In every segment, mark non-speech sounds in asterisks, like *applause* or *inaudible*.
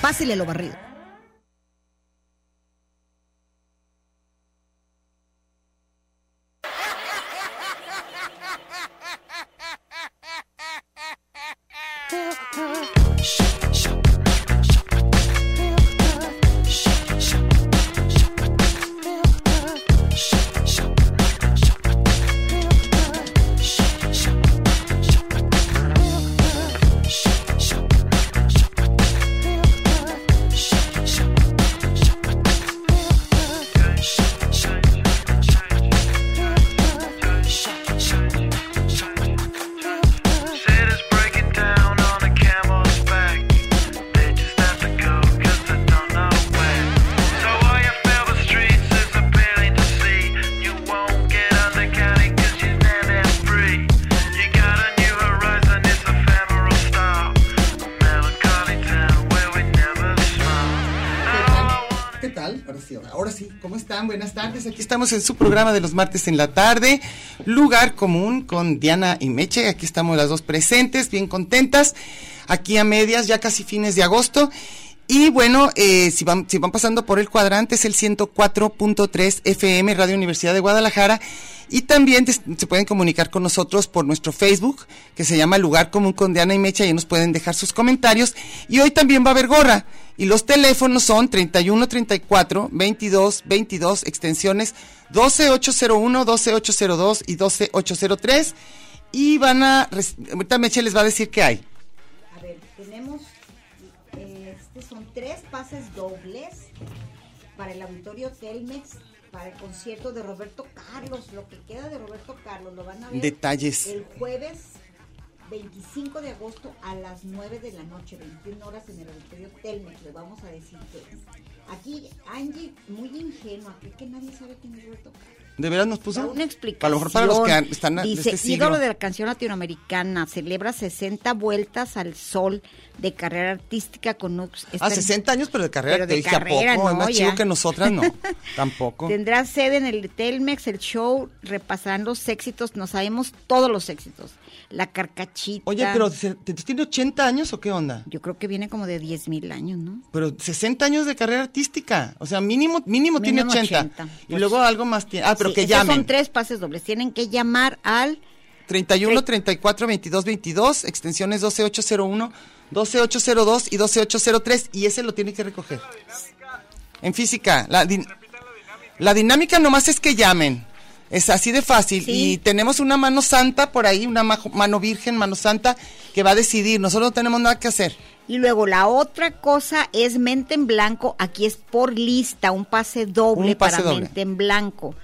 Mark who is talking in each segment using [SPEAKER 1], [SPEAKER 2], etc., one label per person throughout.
[SPEAKER 1] Pásele lo barrido.
[SPEAKER 2] Said it's breaking down on a camel's back. They just have to go 'cause they don't know where. So all you feel the streets is appealing to see. You won't get undercounted 'cause you're now that free. You got a new horizon, it's ephemeral style. A melancholy town where we never smile. And all I want
[SPEAKER 3] ¿Qué tal? Ahora sí, ahora sí. ¿Cómo están? Buenas tardes. Aquí estamos en su programa de los martes en la tarde, Lugar Común con Diana y Meche. Aquí estamos las dos presentes, bien contentas. Aquí a medias, ya casi fines de agosto. Y bueno, eh, si, van, si van pasando por el cuadrante, es el 104.3 FM, Radio Universidad de Guadalajara. Y también des- se pueden comunicar con nosotros por nuestro Facebook, que se llama Lugar Común con Diana y Mecha, y ahí nos pueden dejar sus comentarios. Y hoy también va a haber gorra. Y los teléfonos son 31 34 22 22 extensiones 12801, 12802 y 12803. Y van a. res- Ahorita Meche les va a decir qué hay.
[SPEAKER 1] A ver, tenemos, eh, este son tres pases dobles para el auditorio Telmex, para el concierto de Roberto Carlos. Lo que queda de Roberto Carlos lo van a ver
[SPEAKER 3] Detalles.
[SPEAKER 1] el jueves 25 de agosto a las 9 de la noche, 21 horas en el auditorio Telmex. Le vamos a decir que es. Aquí Angie, muy ingenua, cree que nadie sabe quién es Roberto Carlos.
[SPEAKER 3] ¿De veras nos puso?
[SPEAKER 1] Da una
[SPEAKER 3] A
[SPEAKER 1] explicación.
[SPEAKER 3] lo mejor para los que han- están a- de
[SPEAKER 1] Dice,
[SPEAKER 3] este siglo.
[SPEAKER 1] ídolo de la canción latinoamericana, celebra 60 vueltas al sol de carrera artística con Nux.
[SPEAKER 3] Ah, 60 años, pero de carrera.
[SPEAKER 1] este Pero
[SPEAKER 3] te
[SPEAKER 1] de
[SPEAKER 3] dije,
[SPEAKER 1] carrera,
[SPEAKER 3] ¿a poco? es
[SPEAKER 1] no,
[SPEAKER 3] más
[SPEAKER 1] ya.
[SPEAKER 3] chido que nosotras,
[SPEAKER 1] *laughs*
[SPEAKER 3] no. Tampoco.
[SPEAKER 1] Tendrá sede en el Telmex, el show, repasarán los éxitos, no sabemos todos los éxitos. La carcachita.
[SPEAKER 3] Oye, pero ¿se- te- ¿tiene 80 años o qué onda?
[SPEAKER 1] Yo creo que viene como de 10 mil años, ¿no?
[SPEAKER 3] Pero 60 años de carrera artística. O sea, mínimo, mínimo, tiene
[SPEAKER 1] Mínimo
[SPEAKER 3] 80.
[SPEAKER 1] 80,
[SPEAKER 3] Y
[SPEAKER 1] pues.
[SPEAKER 3] luego algo más tiene. Ah, pero
[SPEAKER 1] Sí,
[SPEAKER 3] que
[SPEAKER 1] esos
[SPEAKER 3] llamen.
[SPEAKER 1] Son tres pases dobles, tienen que llamar al...
[SPEAKER 3] 31, 34, 22, 22, extensiones 12801, 12802 y 12803. Y ese lo tiene que recoger. En física. La, din- la dinámica nomás es que llamen. Es así de fácil.
[SPEAKER 1] Sí.
[SPEAKER 3] Y tenemos una mano santa por ahí, una majo- mano virgen, mano santa, que va a decidir. Nosotros no tenemos nada que hacer.
[SPEAKER 1] Y luego la otra cosa es mente en blanco. Aquí es por lista, un pase doble
[SPEAKER 3] Un pase
[SPEAKER 1] para
[SPEAKER 3] doble.
[SPEAKER 1] mente en blanco.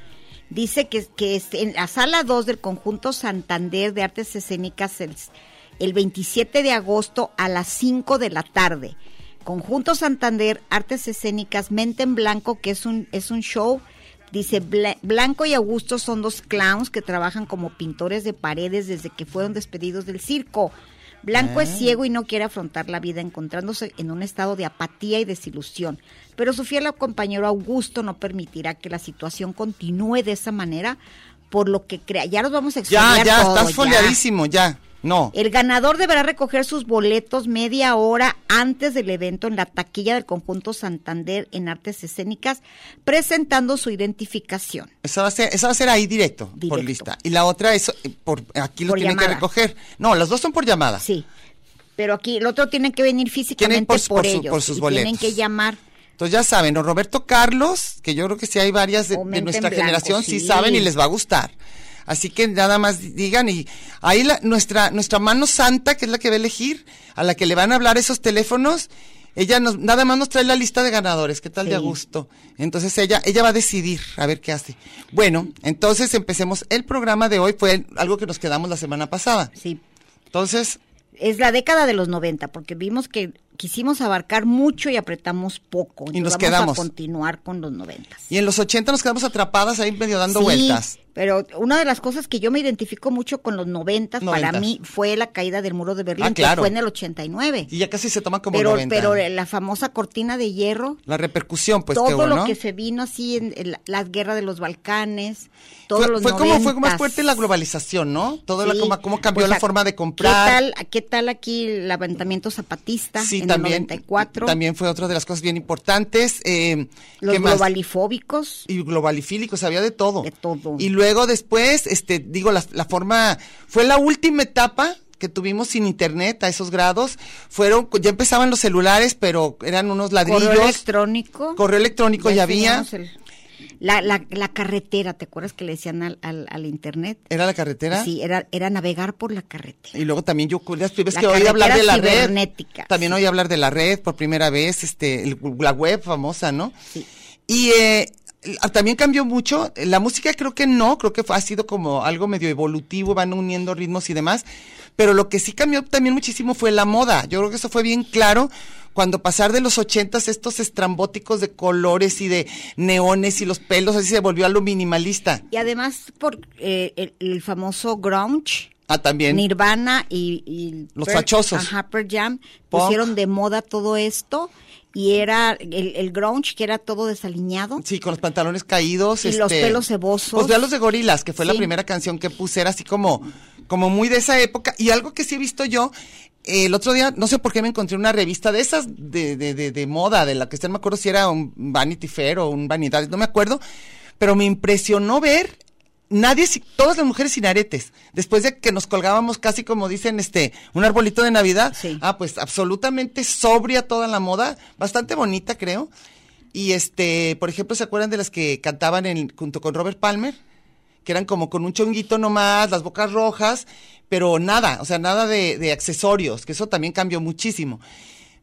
[SPEAKER 1] Dice que, que es en la sala 2 del conjunto Santander de Artes Escénicas el, el 27 de agosto a las 5 de la tarde. Conjunto Santander, Artes Escénicas, Mente en Blanco, que es un, es un show. Dice, Bla- Blanco y Augusto son dos clowns que trabajan como pintores de paredes desde que fueron despedidos del circo. Blanco
[SPEAKER 3] Ah.
[SPEAKER 1] es ciego y no quiere afrontar la vida, encontrándose en un estado de apatía y desilusión. Pero su fiel compañero Augusto no permitirá que la situación continúe de esa manera, por lo que crea. Ya los vamos a
[SPEAKER 3] Ya,
[SPEAKER 1] explicar.
[SPEAKER 3] ya, estás foliadísimo, ya. No.
[SPEAKER 1] El ganador deberá recoger sus boletos media hora antes del evento en la taquilla del conjunto Santander en Artes Escénicas, presentando su identificación.
[SPEAKER 3] Esa va a ser, esa va a ser ahí directo, por
[SPEAKER 1] Directo.
[SPEAKER 3] lista. Y la otra es eh, por aquí lo
[SPEAKER 1] Por
[SPEAKER 3] tienen que
[SPEAKER 1] llamada.
[SPEAKER 3] recoger. No, las dos son por llamada.
[SPEAKER 1] Sí. Pero aquí el otro tiene que venir físicamente
[SPEAKER 3] por
[SPEAKER 1] por,
[SPEAKER 3] su- por su-
[SPEAKER 1] ellos.
[SPEAKER 3] por sus
[SPEAKER 1] y Tienen
[SPEAKER 3] boletos.
[SPEAKER 1] que llamar.
[SPEAKER 3] Entonces ya saben, o Roberto Carlos, que yo creo que sí hay varias de,
[SPEAKER 1] O
[SPEAKER 3] de
[SPEAKER 1] Mente en
[SPEAKER 3] nuestra
[SPEAKER 1] Blanco,
[SPEAKER 3] generación, sí.
[SPEAKER 1] sí.
[SPEAKER 3] saben y les va a gustar. Así que nada más di- digan y ahí la- nuestra, nuestra mano santa, que es la que va a elegir, a la que le van a hablar esos teléfonos, ella nos, nada más nos trae la lista de ganadores, ¿qué tal de a
[SPEAKER 1] Sí.
[SPEAKER 3] gusto? Entonces ella, ella va a decidir a ver qué hace. Bueno, entonces empecemos el programa de hoy, fue algo que nos quedamos la semana pasada.
[SPEAKER 1] Sí,
[SPEAKER 3] Entonces,
[SPEAKER 1] es la década de los 90, porque vimos que quisimos abarcar mucho y apretamos poco.
[SPEAKER 3] Y
[SPEAKER 1] Entonces
[SPEAKER 3] nos
[SPEAKER 1] vamos
[SPEAKER 3] quedamos.
[SPEAKER 1] a continuar con los 90.
[SPEAKER 3] y en los 80 nos quedamos atrapadas ahí medio dando
[SPEAKER 1] Sí,
[SPEAKER 3] vueltas.
[SPEAKER 1] Pero una de las cosas que yo me identifico mucho con los 90 para
[SPEAKER 3] Noventas.
[SPEAKER 1] mí fue la caída del muro de Berlín,
[SPEAKER 3] Ah, claro.
[SPEAKER 1] que fue en el 89.
[SPEAKER 3] Y ya casi se toma como
[SPEAKER 1] pero,
[SPEAKER 3] 90.
[SPEAKER 1] pero la famosa cortina de hierro,
[SPEAKER 3] la repercusión, pues, que
[SPEAKER 1] todo
[SPEAKER 3] hubo,
[SPEAKER 1] lo
[SPEAKER 3] ¿no?
[SPEAKER 1] que se vino así en, en la, la guerra de los Balcanes, todos
[SPEAKER 3] fue,
[SPEAKER 1] los
[SPEAKER 3] fue como fue más
[SPEAKER 1] noventas.
[SPEAKER 3] fuerte la globalización, ¿no? Todo la
[SPEAKER 1] Sí,
[SPEAKER 3] cómo, cómo cambió
[SPEAKER 1] pues,
[SPEAKER 3] la
[SPEAKER 1] a-
[SPEAKER 3] forma de comprar.
[SPEAKER 1] ¿Qué tal, qué tal aquí el levantamiento zapatista en el 94?
[SPEAKER 3] también fue otra de las cosas bien importantes. Eh,
[SPEAKER 1] los
[SPEAKER 3] ¿qué más?
[SPEAKER 1] globalifóbicos.
[SPEAKER 3] y globalifílicos, había de todo.
[SPEAKER 1] De todo.
[SPEAKER 3] Y luego después, este, digo, la, la forma, fue la última etapa que tuvimos sin internet a esos grados. Fueron, ya empezaban los celulares, pero eran unos ladrillos.
[SPEAKER 1] Correo electrónico.
[SPEAKER 3] Correo electrónico ya había.
[SPEAKER 1] teníamos el- la, la, la carretera, ¿te acuerdas que le decían al, al, al internet?
[SPEAKER 3] Era la carretera.
[SPEAKER 1] Sí, era, era navegar por la carretera.
[SPEAKER 3] Y luego también yo, ya ves
[SPEAKER 1] La
[SPEAKER 3] que hoy hablar de
[SPEAKER 1] carretera
[SPEAKER 3] la red.
[SPEAKER 1] cibernética,
[SPEAKER 3] También
[SPEAKER 1] sí.
[SPEAKER 3] hoy hablar de la red por primera vez, este, el- la web famosa, ¿no?
[SPEAKER 1] Sí.
[SPEAKER 3] Y eh, ah, también cambió mucho. La música creo que no, creo que fue- ha sido como algo medio evolutivo, van uniendo ritmos y demás. Pero lo que sí cambió también muchísimo fue la moda. Yo creo que eso fue bien claro. Cuando pasar de los ochentas estos estrambóticos de colores y de neones y los pelos, así se volvió a lo minimalista.
[SPEAKER 1] Y además por eh, el, el famoso grunge,
[SPEAKER 3] Ah, también.
[SPEAKER 1] Nirvana y, y
[SPEAKER 3] Los
[SPEAKER 1] Pearl-
[SPEAKER 3] fachosos.
[SPEAKER 1] Ajá, Pearl Jam
[SPEAKER 3] Punk.
[SPEAKER 1] pusieron de moda todo esto y era el, el grunge que era todo desaliñado.
[SPEAKER 3] Sí, con los pantalones caídos.
[SPEAKER 1] Y los pelos cebosos.
[SPEAKER 3] Pues vea los de gorilas, que fue la
[SPEAKER 1] Sí.
[SPEAKER 3] primera canción que puse, era así como, como muy de esa época. Y algo que sí he visto yo, eh, el otro día, no sé por qué me encontré una revista de esas de, de, de, de moda, de la que usted no me acuerdo si era un Vanity Fair o un Vanidades, no me acuerdo, pero me impresionó ver nadie, si- todas las mujeres sin aretes, después de que nos colgábamos casi como dicen, este, un arbolito de Navidad.
[SPEAKER 1] Sí.
[SPEAKER 3] Ah, pues absolutamente sobria toda la moda, bastante bonita, creo. Y este, por ejemplo, ¿se acuerdan de las que cantaban en, junto con Robert Palmer? Que eran como con un chonguito nomás, las bocas rojas, pero nada, o sea, nada de, de accesorios, que eso también cambió muchísimo.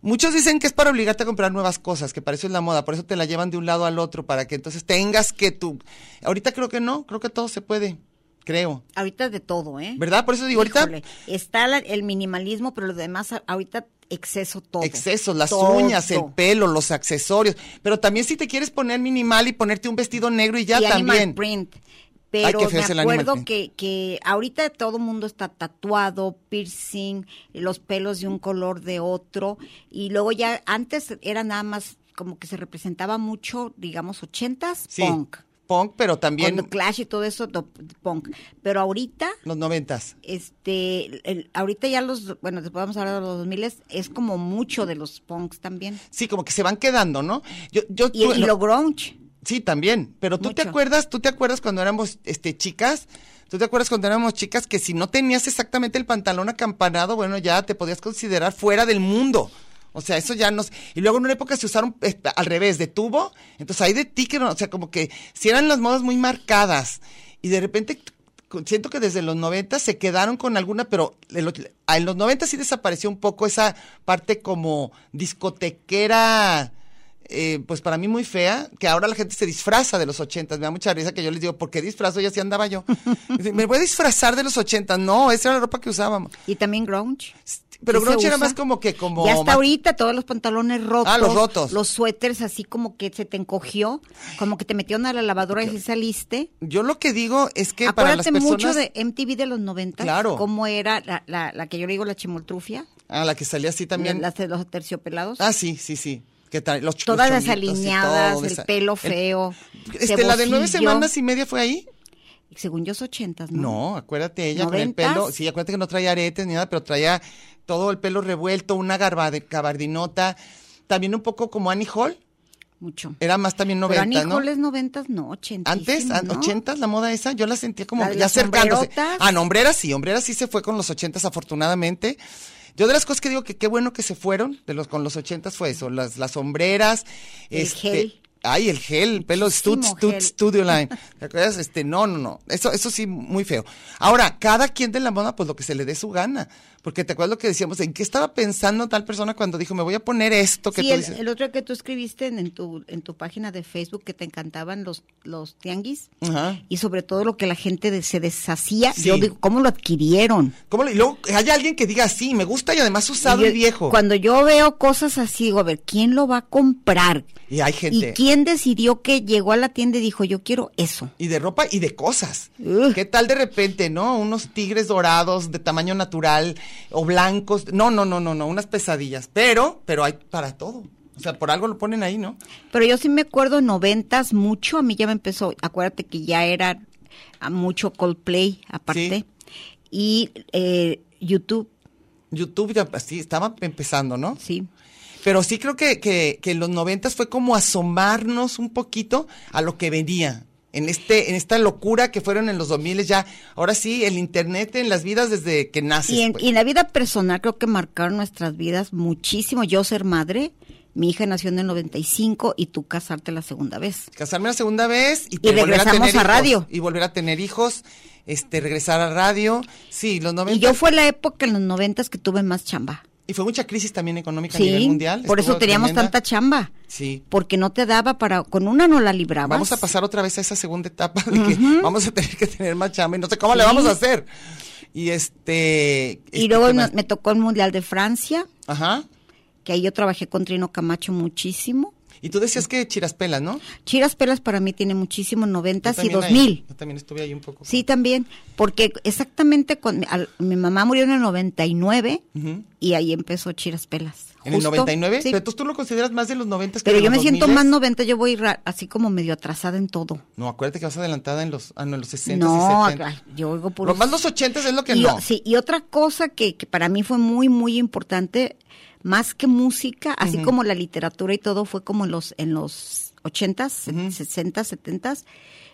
[SPEAKER 3] Muchos dicen que es para obligarte a comprar nuevas cosas, que para eso es la moda, por eso te la llevan de un lado al otro, para que entonces tengas que tú. Ahorita creo que no, creo que todo se puede, creo.
[SPEAKER 1] Ahorita de todo, ¿eh?
[SPEAKER 3] ¿Verdad? Por eso digo, ahorita
[SPEAKER 1] Híjole, está la- el minimalismo, pero lo demás a- ahorita exceso todo.
[SPEAKER 3] excesos, las
[SPEAKER 1] Todo.
[SPEAKER 3] uñas, el pelo, los accesorios. Pero también si te quieres poner minimal y ponerte un vestido negro y ya
[SPEAKER 1] y Animal
[SPEAKER 3] también.
[SPEAKER 1] Print.
[SPEAKER 3] Ay,
[SPEAKER 1] Pero
[SPEAKER 3] qué feo es el
[SPEAKER 1] me
[SPEAKER 3] Animal
[SPEAKER 1] acuerdo
[SPEAKER 3] Print.
[SPEAKER 1] que, que ahorita todo el mundo está tatuado, piercing, los pelos de un color de otro. Y luego ya antes era nada más como que se representaba mucho, digamos, ochentas,
[SPEAKER 3] Sí,
[SPEAKER 1] punk.
[SPEAKER 3] Punk, pero también
[SPEAKER 1] Con The Clash y todo eso, do- punk. Pero ahorita
[SPEAKER 3] los noventas.
[SPEAKER 1] este el- ahorita ya los bueno después vamos a hablar de los 2000 es como mucho de los punks también
[SPEAKER 3] Sí, como que se van quedando, ¿no? Yo, yo
[SPEAKER 1] y,
[SPEAKER 3] tú-
[SPEAKER 1] y
[SPEAKER 3] no-
[SPEAKER 1] lo grunge
[SPEAKER 3] Sí, también. Pero tú te
[SPEAKER 1] Mucho.
[SPEAKER 3] acuerdas, tú te acuerdas cuando éramos este chicas, tú te acuerdas cuando éramos chicas que si no tenías exactamente el pantalón acampanado, bueno, ya te podías considerar fuera del mundo. O sea, eso ya nos. Y luego en una época se usaron eh, al revés, de tubo. Entonces hay de ti que no, o sea, como que si eran las modas muy marcadas. Y de repente con- siento que desde los 90 se quedaron con alguna, pero en los, en los 90 sí desapareció un poco esa parte como discotequera, eh, pues para mí muy fea, que ahora la gente se disfraza de los 80. Me da mucha risa que yo les digo, ¿por qué disfrazo? Y así andaba
[SPEAKER 1] *laughs*
[SPEAKER 3] yo. Dice, Me voy a disfrazar de los 80. No, esa era la ropa que usábamos.
[SPEAKER 1] y también grunge
[SPEAKER 3] Pero
[SPEAKER 1] Sí se
[SPEAKER 3] Grunge era
[SPEAKER 1] usa.
[SPEAKER 3] más como que como...
[SPEAKER 1] y hasta
[SPEAKER 3] más-
[SPEAKER 1] ahorita todos los pantalones rotos
[SPEAKER 3] Ah, los rotos.
[SPEAKER 1] los suéteres así como que se te encogió como que te metieron a la lavadora y así saliste
[SPEAKER 3] Yo lo que digo es que para las
[SPEAKER 1] acuérdate
[SPEAKER 3] personas...
[SPEAKER 1] mucho de MTV de los 90
[SPEAKER 3] Claro.
[SPEAKER 1] cómo era la, la, la que yo le digo la chimoltrufia
[SPEAKER 3] A la que salía así también.
[SPEAKER 1] las de los terciopelados
[SPEAKER 3] Ah, sí, sí, sí. Que tra- los ch-
[SPEAKER 1] todas
[SPEAKER 3] los chonguitos y
[SPEAKER 1] desaliñadas
[SPEAKER 3] todo,
[SPEAKER 1] el
[SPEAKER 3] desa-
[SPEAKER 1] pelo feo
[SPEAKER 3] Este, la de nueve
[SPEAKER 1] cebosillo.
[SPEAKER 3] semanas y media fue ahí.
[SPEAKER 1] según yo es ochentas no
[SPEAKER 3] No, acuérdate ella con el
[SPEAKER 1] ¿Noventas?
[SPEAKER 3] pelo. Sí, acuérdate que no traía aretes ni nada, pero traía todo el pelo revuelto, una garba de- gabardinota. También un poco como Annie Hall.
[SPEAKER 1] mucho
[SPEAKER 3] Era más también
[SPEAKER 1] Pero
[SPEAKER 3] noventa, ¿no?
[SPEAKER 1] Anícoles noventas, no, ochentas.
[SPEAKER 3] Antes, an- ochentas, la moda esa, yo la sentía como
[SPEAKER 1] La de
[SPEAKER 3] ya
[SPEAKER 1] las
[SPEAKER 3] acercándose.
[SPEAKER 1] sombrerotas.
[SPEAKER 3] Ah, no, hombreras sí, hombreras sí se fue con los ochentas, afortunadamente. Yo de las cosas que digo que qué bueno que se fueron de los con los ochentas fue eso, las, las sombreras,
[SPEAKER 1] El
[SPEAKER 3] este,
[SPEAKER 1] gel.
[SPEAKER 3] Ay, el gel, pelo Stutz,
[SPEAKER 1] Muchísimo
[SPEAKER 3] Stutz,
[SPEAKER 1] gel.
[SPEAKER 3] Studio Line. ¿Te acuerdas? Este, no, no, no. Eso, eso sí, muy feo. Ahora, cada quien de la moda, pues lo que se le dé su gana. Porque te acuerdas lo que decíamos, ¿en qué estaba pensando tal persona cuando dijo, me voy a poner esto que
[SPEAKER 1] Sí,
[SPEAKER 3] tú
[SPEAKER 1] el,
[SPEAKER 3] dices?
[SPEAKER 1] el otro que tú escribiste en, en tu, en tu página de Facebook que te encantaban los, los tianguis
[SPEAKER 3] Ajá.
[SPEAKER 1] y sobre todo lo que la gente de- se deshacía.
[SPEAKER 3] Sí.
[SPEAKER 1] Yo digo, ¿cómo lo adquirieron?
[SPEAKER 3] ¿Cómo le- y luego hay alguien que diga, sí, me gusta y además usado y,
[SPEAKER 1] yo-
[SPEAKER 3] viejo.
[SPEAKER 1] Cuando yo veo cosas así, digo, a ver, ¿quién lo va a comprar?
[SPEAKER 3] Y hay gente.
[SPEAKER 1] ¿Y quién decidió que llegó a la tienda y dijo, yo quiero eso?
[SPEAKER 3] Y de ropa y de cosas.
[SPEAKER 1] Ugh.
[SPEAKER 3] ¿Qué tal de repente, no? Unos tigres dorados de tamaño natural o blancos. No, no, no, no, no, unas pesadillas. Pero, pero hay para todo. O sea, por algo lo ponen ahí, ¿no?
[SPEAKER 1] Pero yo sí me acuerdo noventas mucho, a mí ya me empezó, acuérdate que ya era ah, mucho Coldplay aparte. Y eh, YouTube,
[SPEAKER 3] YouTube ya sí, estaba empezando, ¿no?
[SPEAKER 1] sí.
[SPEAKER 3] Pero sí creo que, que, que en los noventas fue como asomarnos un poquito a lo que venía. En, este, en esta locura que fueron en los 2000 ya, ahora sí, el Internet en las vidas desde que naces.
[SPEAKER 1] Y en,
[SPEAKER 3] pues.
[SPEAKER 1] y en la vida personal creo que marcaron nuestras vidas muchísimo. Yo ser madre, mi hija nació en el 95 y tú casarte la segunda vez.
[SPEAKER 3] casarme la segunda vez y,
[SPEAKER 1] Y
[SPEAKER 3] volver
[SPEAKER 1] regresamos
[SPEAKER 3] tener
[SPEAKER 1] a
[SPEAKER 3] hijos,
[SPEAKER 1] radio.
[SPEAKER 3] y volver a tener hijos este regresar a radio sí los 90
[SPEAKER 1] Y yo fue la época en los noventas que tuve más chamba.
[SPEAKER 3] y fue mucha crisis también económica a nivel
[SPEAKER 1] Sí,
[SPEAKER 3] mundial
[SPEAKER 1] por eso
[SPEAKER 3] estuvo
[SPEAKER 1] teníamos
[SPEAKER 3] tremenda.
[SPEAKER 1] tanta chamba.
[SPEAKER 3] sí
[SPEAKER 1] Porque no te daba para, con una no la librabas.
[SPEAKER 3] vamos a pasar otra vez a esa segunda etapa de que vamos a tener que tener más chamba y no sé cómo le vamos a hacer y este
[SPEAKER 1] Y
[SPEAKER 3] este,
[SPEAKER 1] luego
[SPEAKER 3] ¿qué
[SPEAKER 1] no-
[SPEAKER 3] más?
[SPEAKER 1] me tocó el Mundial de Francia,
[SPEAKER 3] ajá
[SPEAKER 1] que ahí yo trabajé con Trino Camacho muchísimo.
[SPEAKER 3] y tú decías que chiraspelas no
[SPEAKER 1] Chiras Pelas para mí tiene muchísimo,
[SPEAKER 3] Yo
[SPEAKER 1] noventas y
[SPEAKER 3] también
[SPEAKER 1] dos
[SPEAKER 3] ahí-
[SPEAKER 1] mil.
[SPEAKER 3] yo también estuve ahí un poco
[SPEAKER 1] Sí, también, porque exactamente cuando al- mi mamá murió en el 99
[SPEAKER 3] Ujú.
[SPEAKER 1] y ahí empezó Chiras Pelas.
[SPEAKER 3] en el
[SPEAKER 1] Justo,
[SPEAKER 3] 99
[SPEAKER 1] sí.
[SPEAKER 3] pero tú, tú lo consideras más de los 90 que
[SPEAKER 1] Pero
[SPEAKER 3] de
[SPEAKER 1] yo me
[SPEAKER 3] los
[SPEAKER 1] siento
[SPEAKER 3] 2000s.
[SPEAKER 1] más 90, yo voy ra- así como medio atrasada en todo.
[SPEAKER 3] No, acuérdate que vas adelantada en los, ah, no, en los 60
[SPEAKER 1] No,
[SPEAKER 3] y 70.
[SPEAKER 1] ay, yo oigo
[SPEAKER 3] Lo
[SPEAKER 1] puros
[SPEAKER 3] más los 80 es lo que
[SPEAKER 1] y,
[SPEAKER 3] no.
[SPEAKER 1] Sí, y otra cosa que, que para mí fue muy, muy importante, más que música, así como la literatura y todo, fue como en los, en los 80s, 60s, 70s,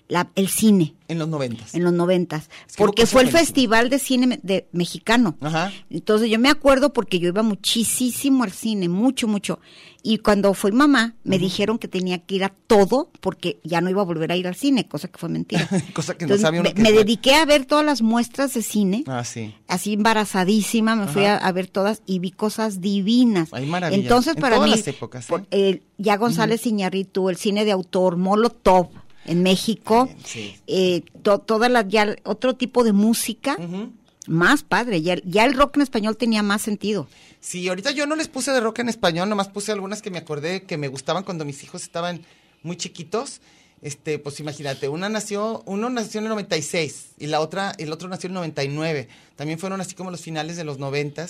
[SPEAKER 1] la- el cine,
[SPEAKER 3] En los 90.
[SPEAKER 1] en los 90s,
[SPEAKER 3] Es que
[SPEAKER 1] porque
[SPEAKER 3] hubo
[SPEAKER 1] fue el
[SPEAKER 3] cosas
[SPEAKER 1] Festival de Cine me- de Mexicano.
[SPEAKER 3] Ajá. *laughs*
[SPEAKER 1] Entonces yo me acuerdo porque yo iba muchísimo al cine, mucho, mucho. Y cuando fui mamá, me dijeron que tenía que ir a todo porque ya no iba a volver a ir al cine, cosa que fue mentira.
[SPEAKER 3] Cosa *laughs* que no
[SPEAKER 1] Entonces,
[SPEAKER 3] sabe uno
[SPEAKER 1] me,
[SPEAKER 3] que-
[SPEAKER 1] me dediqué a ver todas las muestras de cine
[SPEAKER 3] Ah, sí.
[SPEAKER 1] así embarazadísima, me fui a, a ver todas y vi cosas divinas.
[SPEAKER 3] Hay maravillas,
[SPEAKER 1] Entonces,
[SPEAKER 3] en
[SPEAKER 1] para
[SPEAKER 3] todas
[SPEAKER 1] mí,
[SPEAKER 3] las épocas, ¿eh?
[SPEAKER 1] por- el- ya González Iñárritu, el cine de autor, Molotov en México,
[SPEAKER 3] También, sí.
[SPEAKER 1] eh, to- todas las, ya otro tipo de música, más padre, ya, el- ya el rock en español tenía más sentido.
[SPEAKER 3] Sí, ahorita yo no les puse de rock en español, nomás puse algunas que me acordé que me gustaban cuando mis hijos estaban muy chiquitos. Este, pues imagínate, una nació, uno nació en el 96 y la otra, el otro nació en el 99. También fueron así como los finales de los 90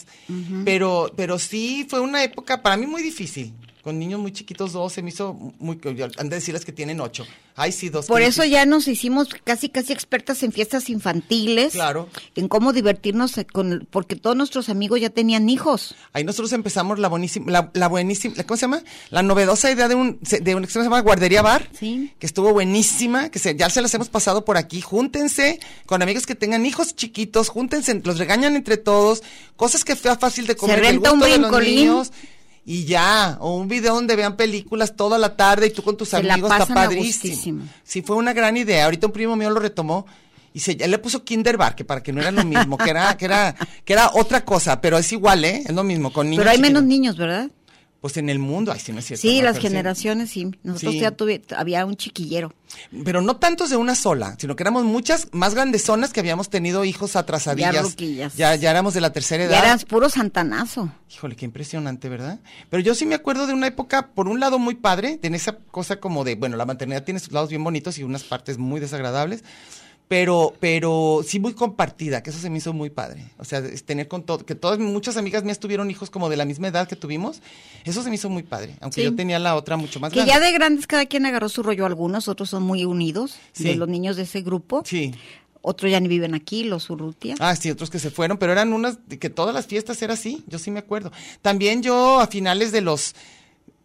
[SPEAKER 3] Pero pero sí fue una época para mí muy difícil. Con niños muy chiquitos, dos, se me hizo muy... Han de decirles que tienen ocho. Ay, sí, dos.
[SPEAKER 1] Por
[SPEAKER 3] qué
[SPEAKER 1] eso ya nos hicimos casi casi expertas en fiestas infantiles,
[SPEAKER 3] Claro.
[SPEAKER 1] en cómo divertirnos eh, con, porque todos nuestros amigos ya tenían hijos.
[SPEAKER 3] Ahí nosotros empezamos la buenísima, la, la buenísima, la- ¿cómo se llama? La novedosa idea de un, se- de un que se llama Guardería Bar,
[SPEAKER 1] Sí.
[SPEAKER 3] que estuvo buenísima, que se- ya se las hemos pasado por aquí. Júntense con amigos que tengan hijos chiquitos, júntense, los regañan entre todos, cosas que sea fácil de comer, del
[SPEAKER 1] renta un
[SPEAKER 3] gusto de los
[SPEAKER 1] brincolín.
[SPEAKER 3] niños. Y ya, o un video donde vean películas toda la tarde y tú con tus
[SPEAKER 1] Se la
[SPEAKER 3] amigos, está
[SPEAKER 1] pasan a
[SPEAKER 3] padrísimo.
[SPEAKER 1] gustísimo.
[SPEAKER 3] Sí, fue una gran idea. Ahorita un primo mío lo retomó y se, él le puso Kinder Bar, que para que no era lo mismo, que era, que era, que era otra cosa, pero es igual, ¿eh? Es lo mismo, con niños.
[SPEAKER 1] Pero hay menos
[SPEAKER 3] chiquitos.
[SPEAKER 1] niños, ¿verdad?
[SPEAKER 3] Pues en el mundo, ay, sí, no es cierto.
[SPEAKER 1] Sí,
[SPEAKER 3] ¿no?
[SPEAKER 1] las
[SPEAKER 3] Pero
[SPEAKER 1] generaciones, sí. Nosotros
[SPEAKER 3] Sí.
[SPEAKER 1] ya tuve, había un chiquillero.
[SPEAKER 3] Pero no tantos de una sola, sino que éramos muchas más grandezonas que habíamos tenido hijos atrasadillas.
[SPEAKER 1] Ya ruquillas.
[SPEAKER 3] Ya, ya éramos de la tercera edad.
[SPEAKER 1] Ya eras puro santanazo.
[SPEAKER 3] Híjole, qué impresionante, ¿verdad? Pero yo sí me acuerdo de una época, por un lado, muy padre, en esa cosa como de, bueno, la maternidad tiene sus lados bien bonitos y unas partes muy desagradables, pero, pero sí muy compartida, que eso se me hizo muy padre. O sea, es tener con todo, que todas, muchas amigas mías tuvieron hijos como de la misma edad que tuvimos, eso se me hizo muy padre, aunque
[SPEAKER 1] Sí.
[SPEAKER 3] yo tenía la otra mucho más
[SPEAKER 1] Que
[SPEAKER 3] grande.
[SPEAKER 1] ya de grandes cada quien agarró su rollo. Algunos, otros son muy unidos.
[SPEAKER 3] Sí.
[SPEAKER 1] De los niños de ese grupo.
[SPEAKER 3] Sí.
[SPEAKER 1] Otros ya ni viven aquí, los Urrutia.
[SPEAKER 3] Ah, sí, otros que se fueron, pero eran unas, de que todas las fiestas era así, yo sí me acuerdo. También yo a finales de los,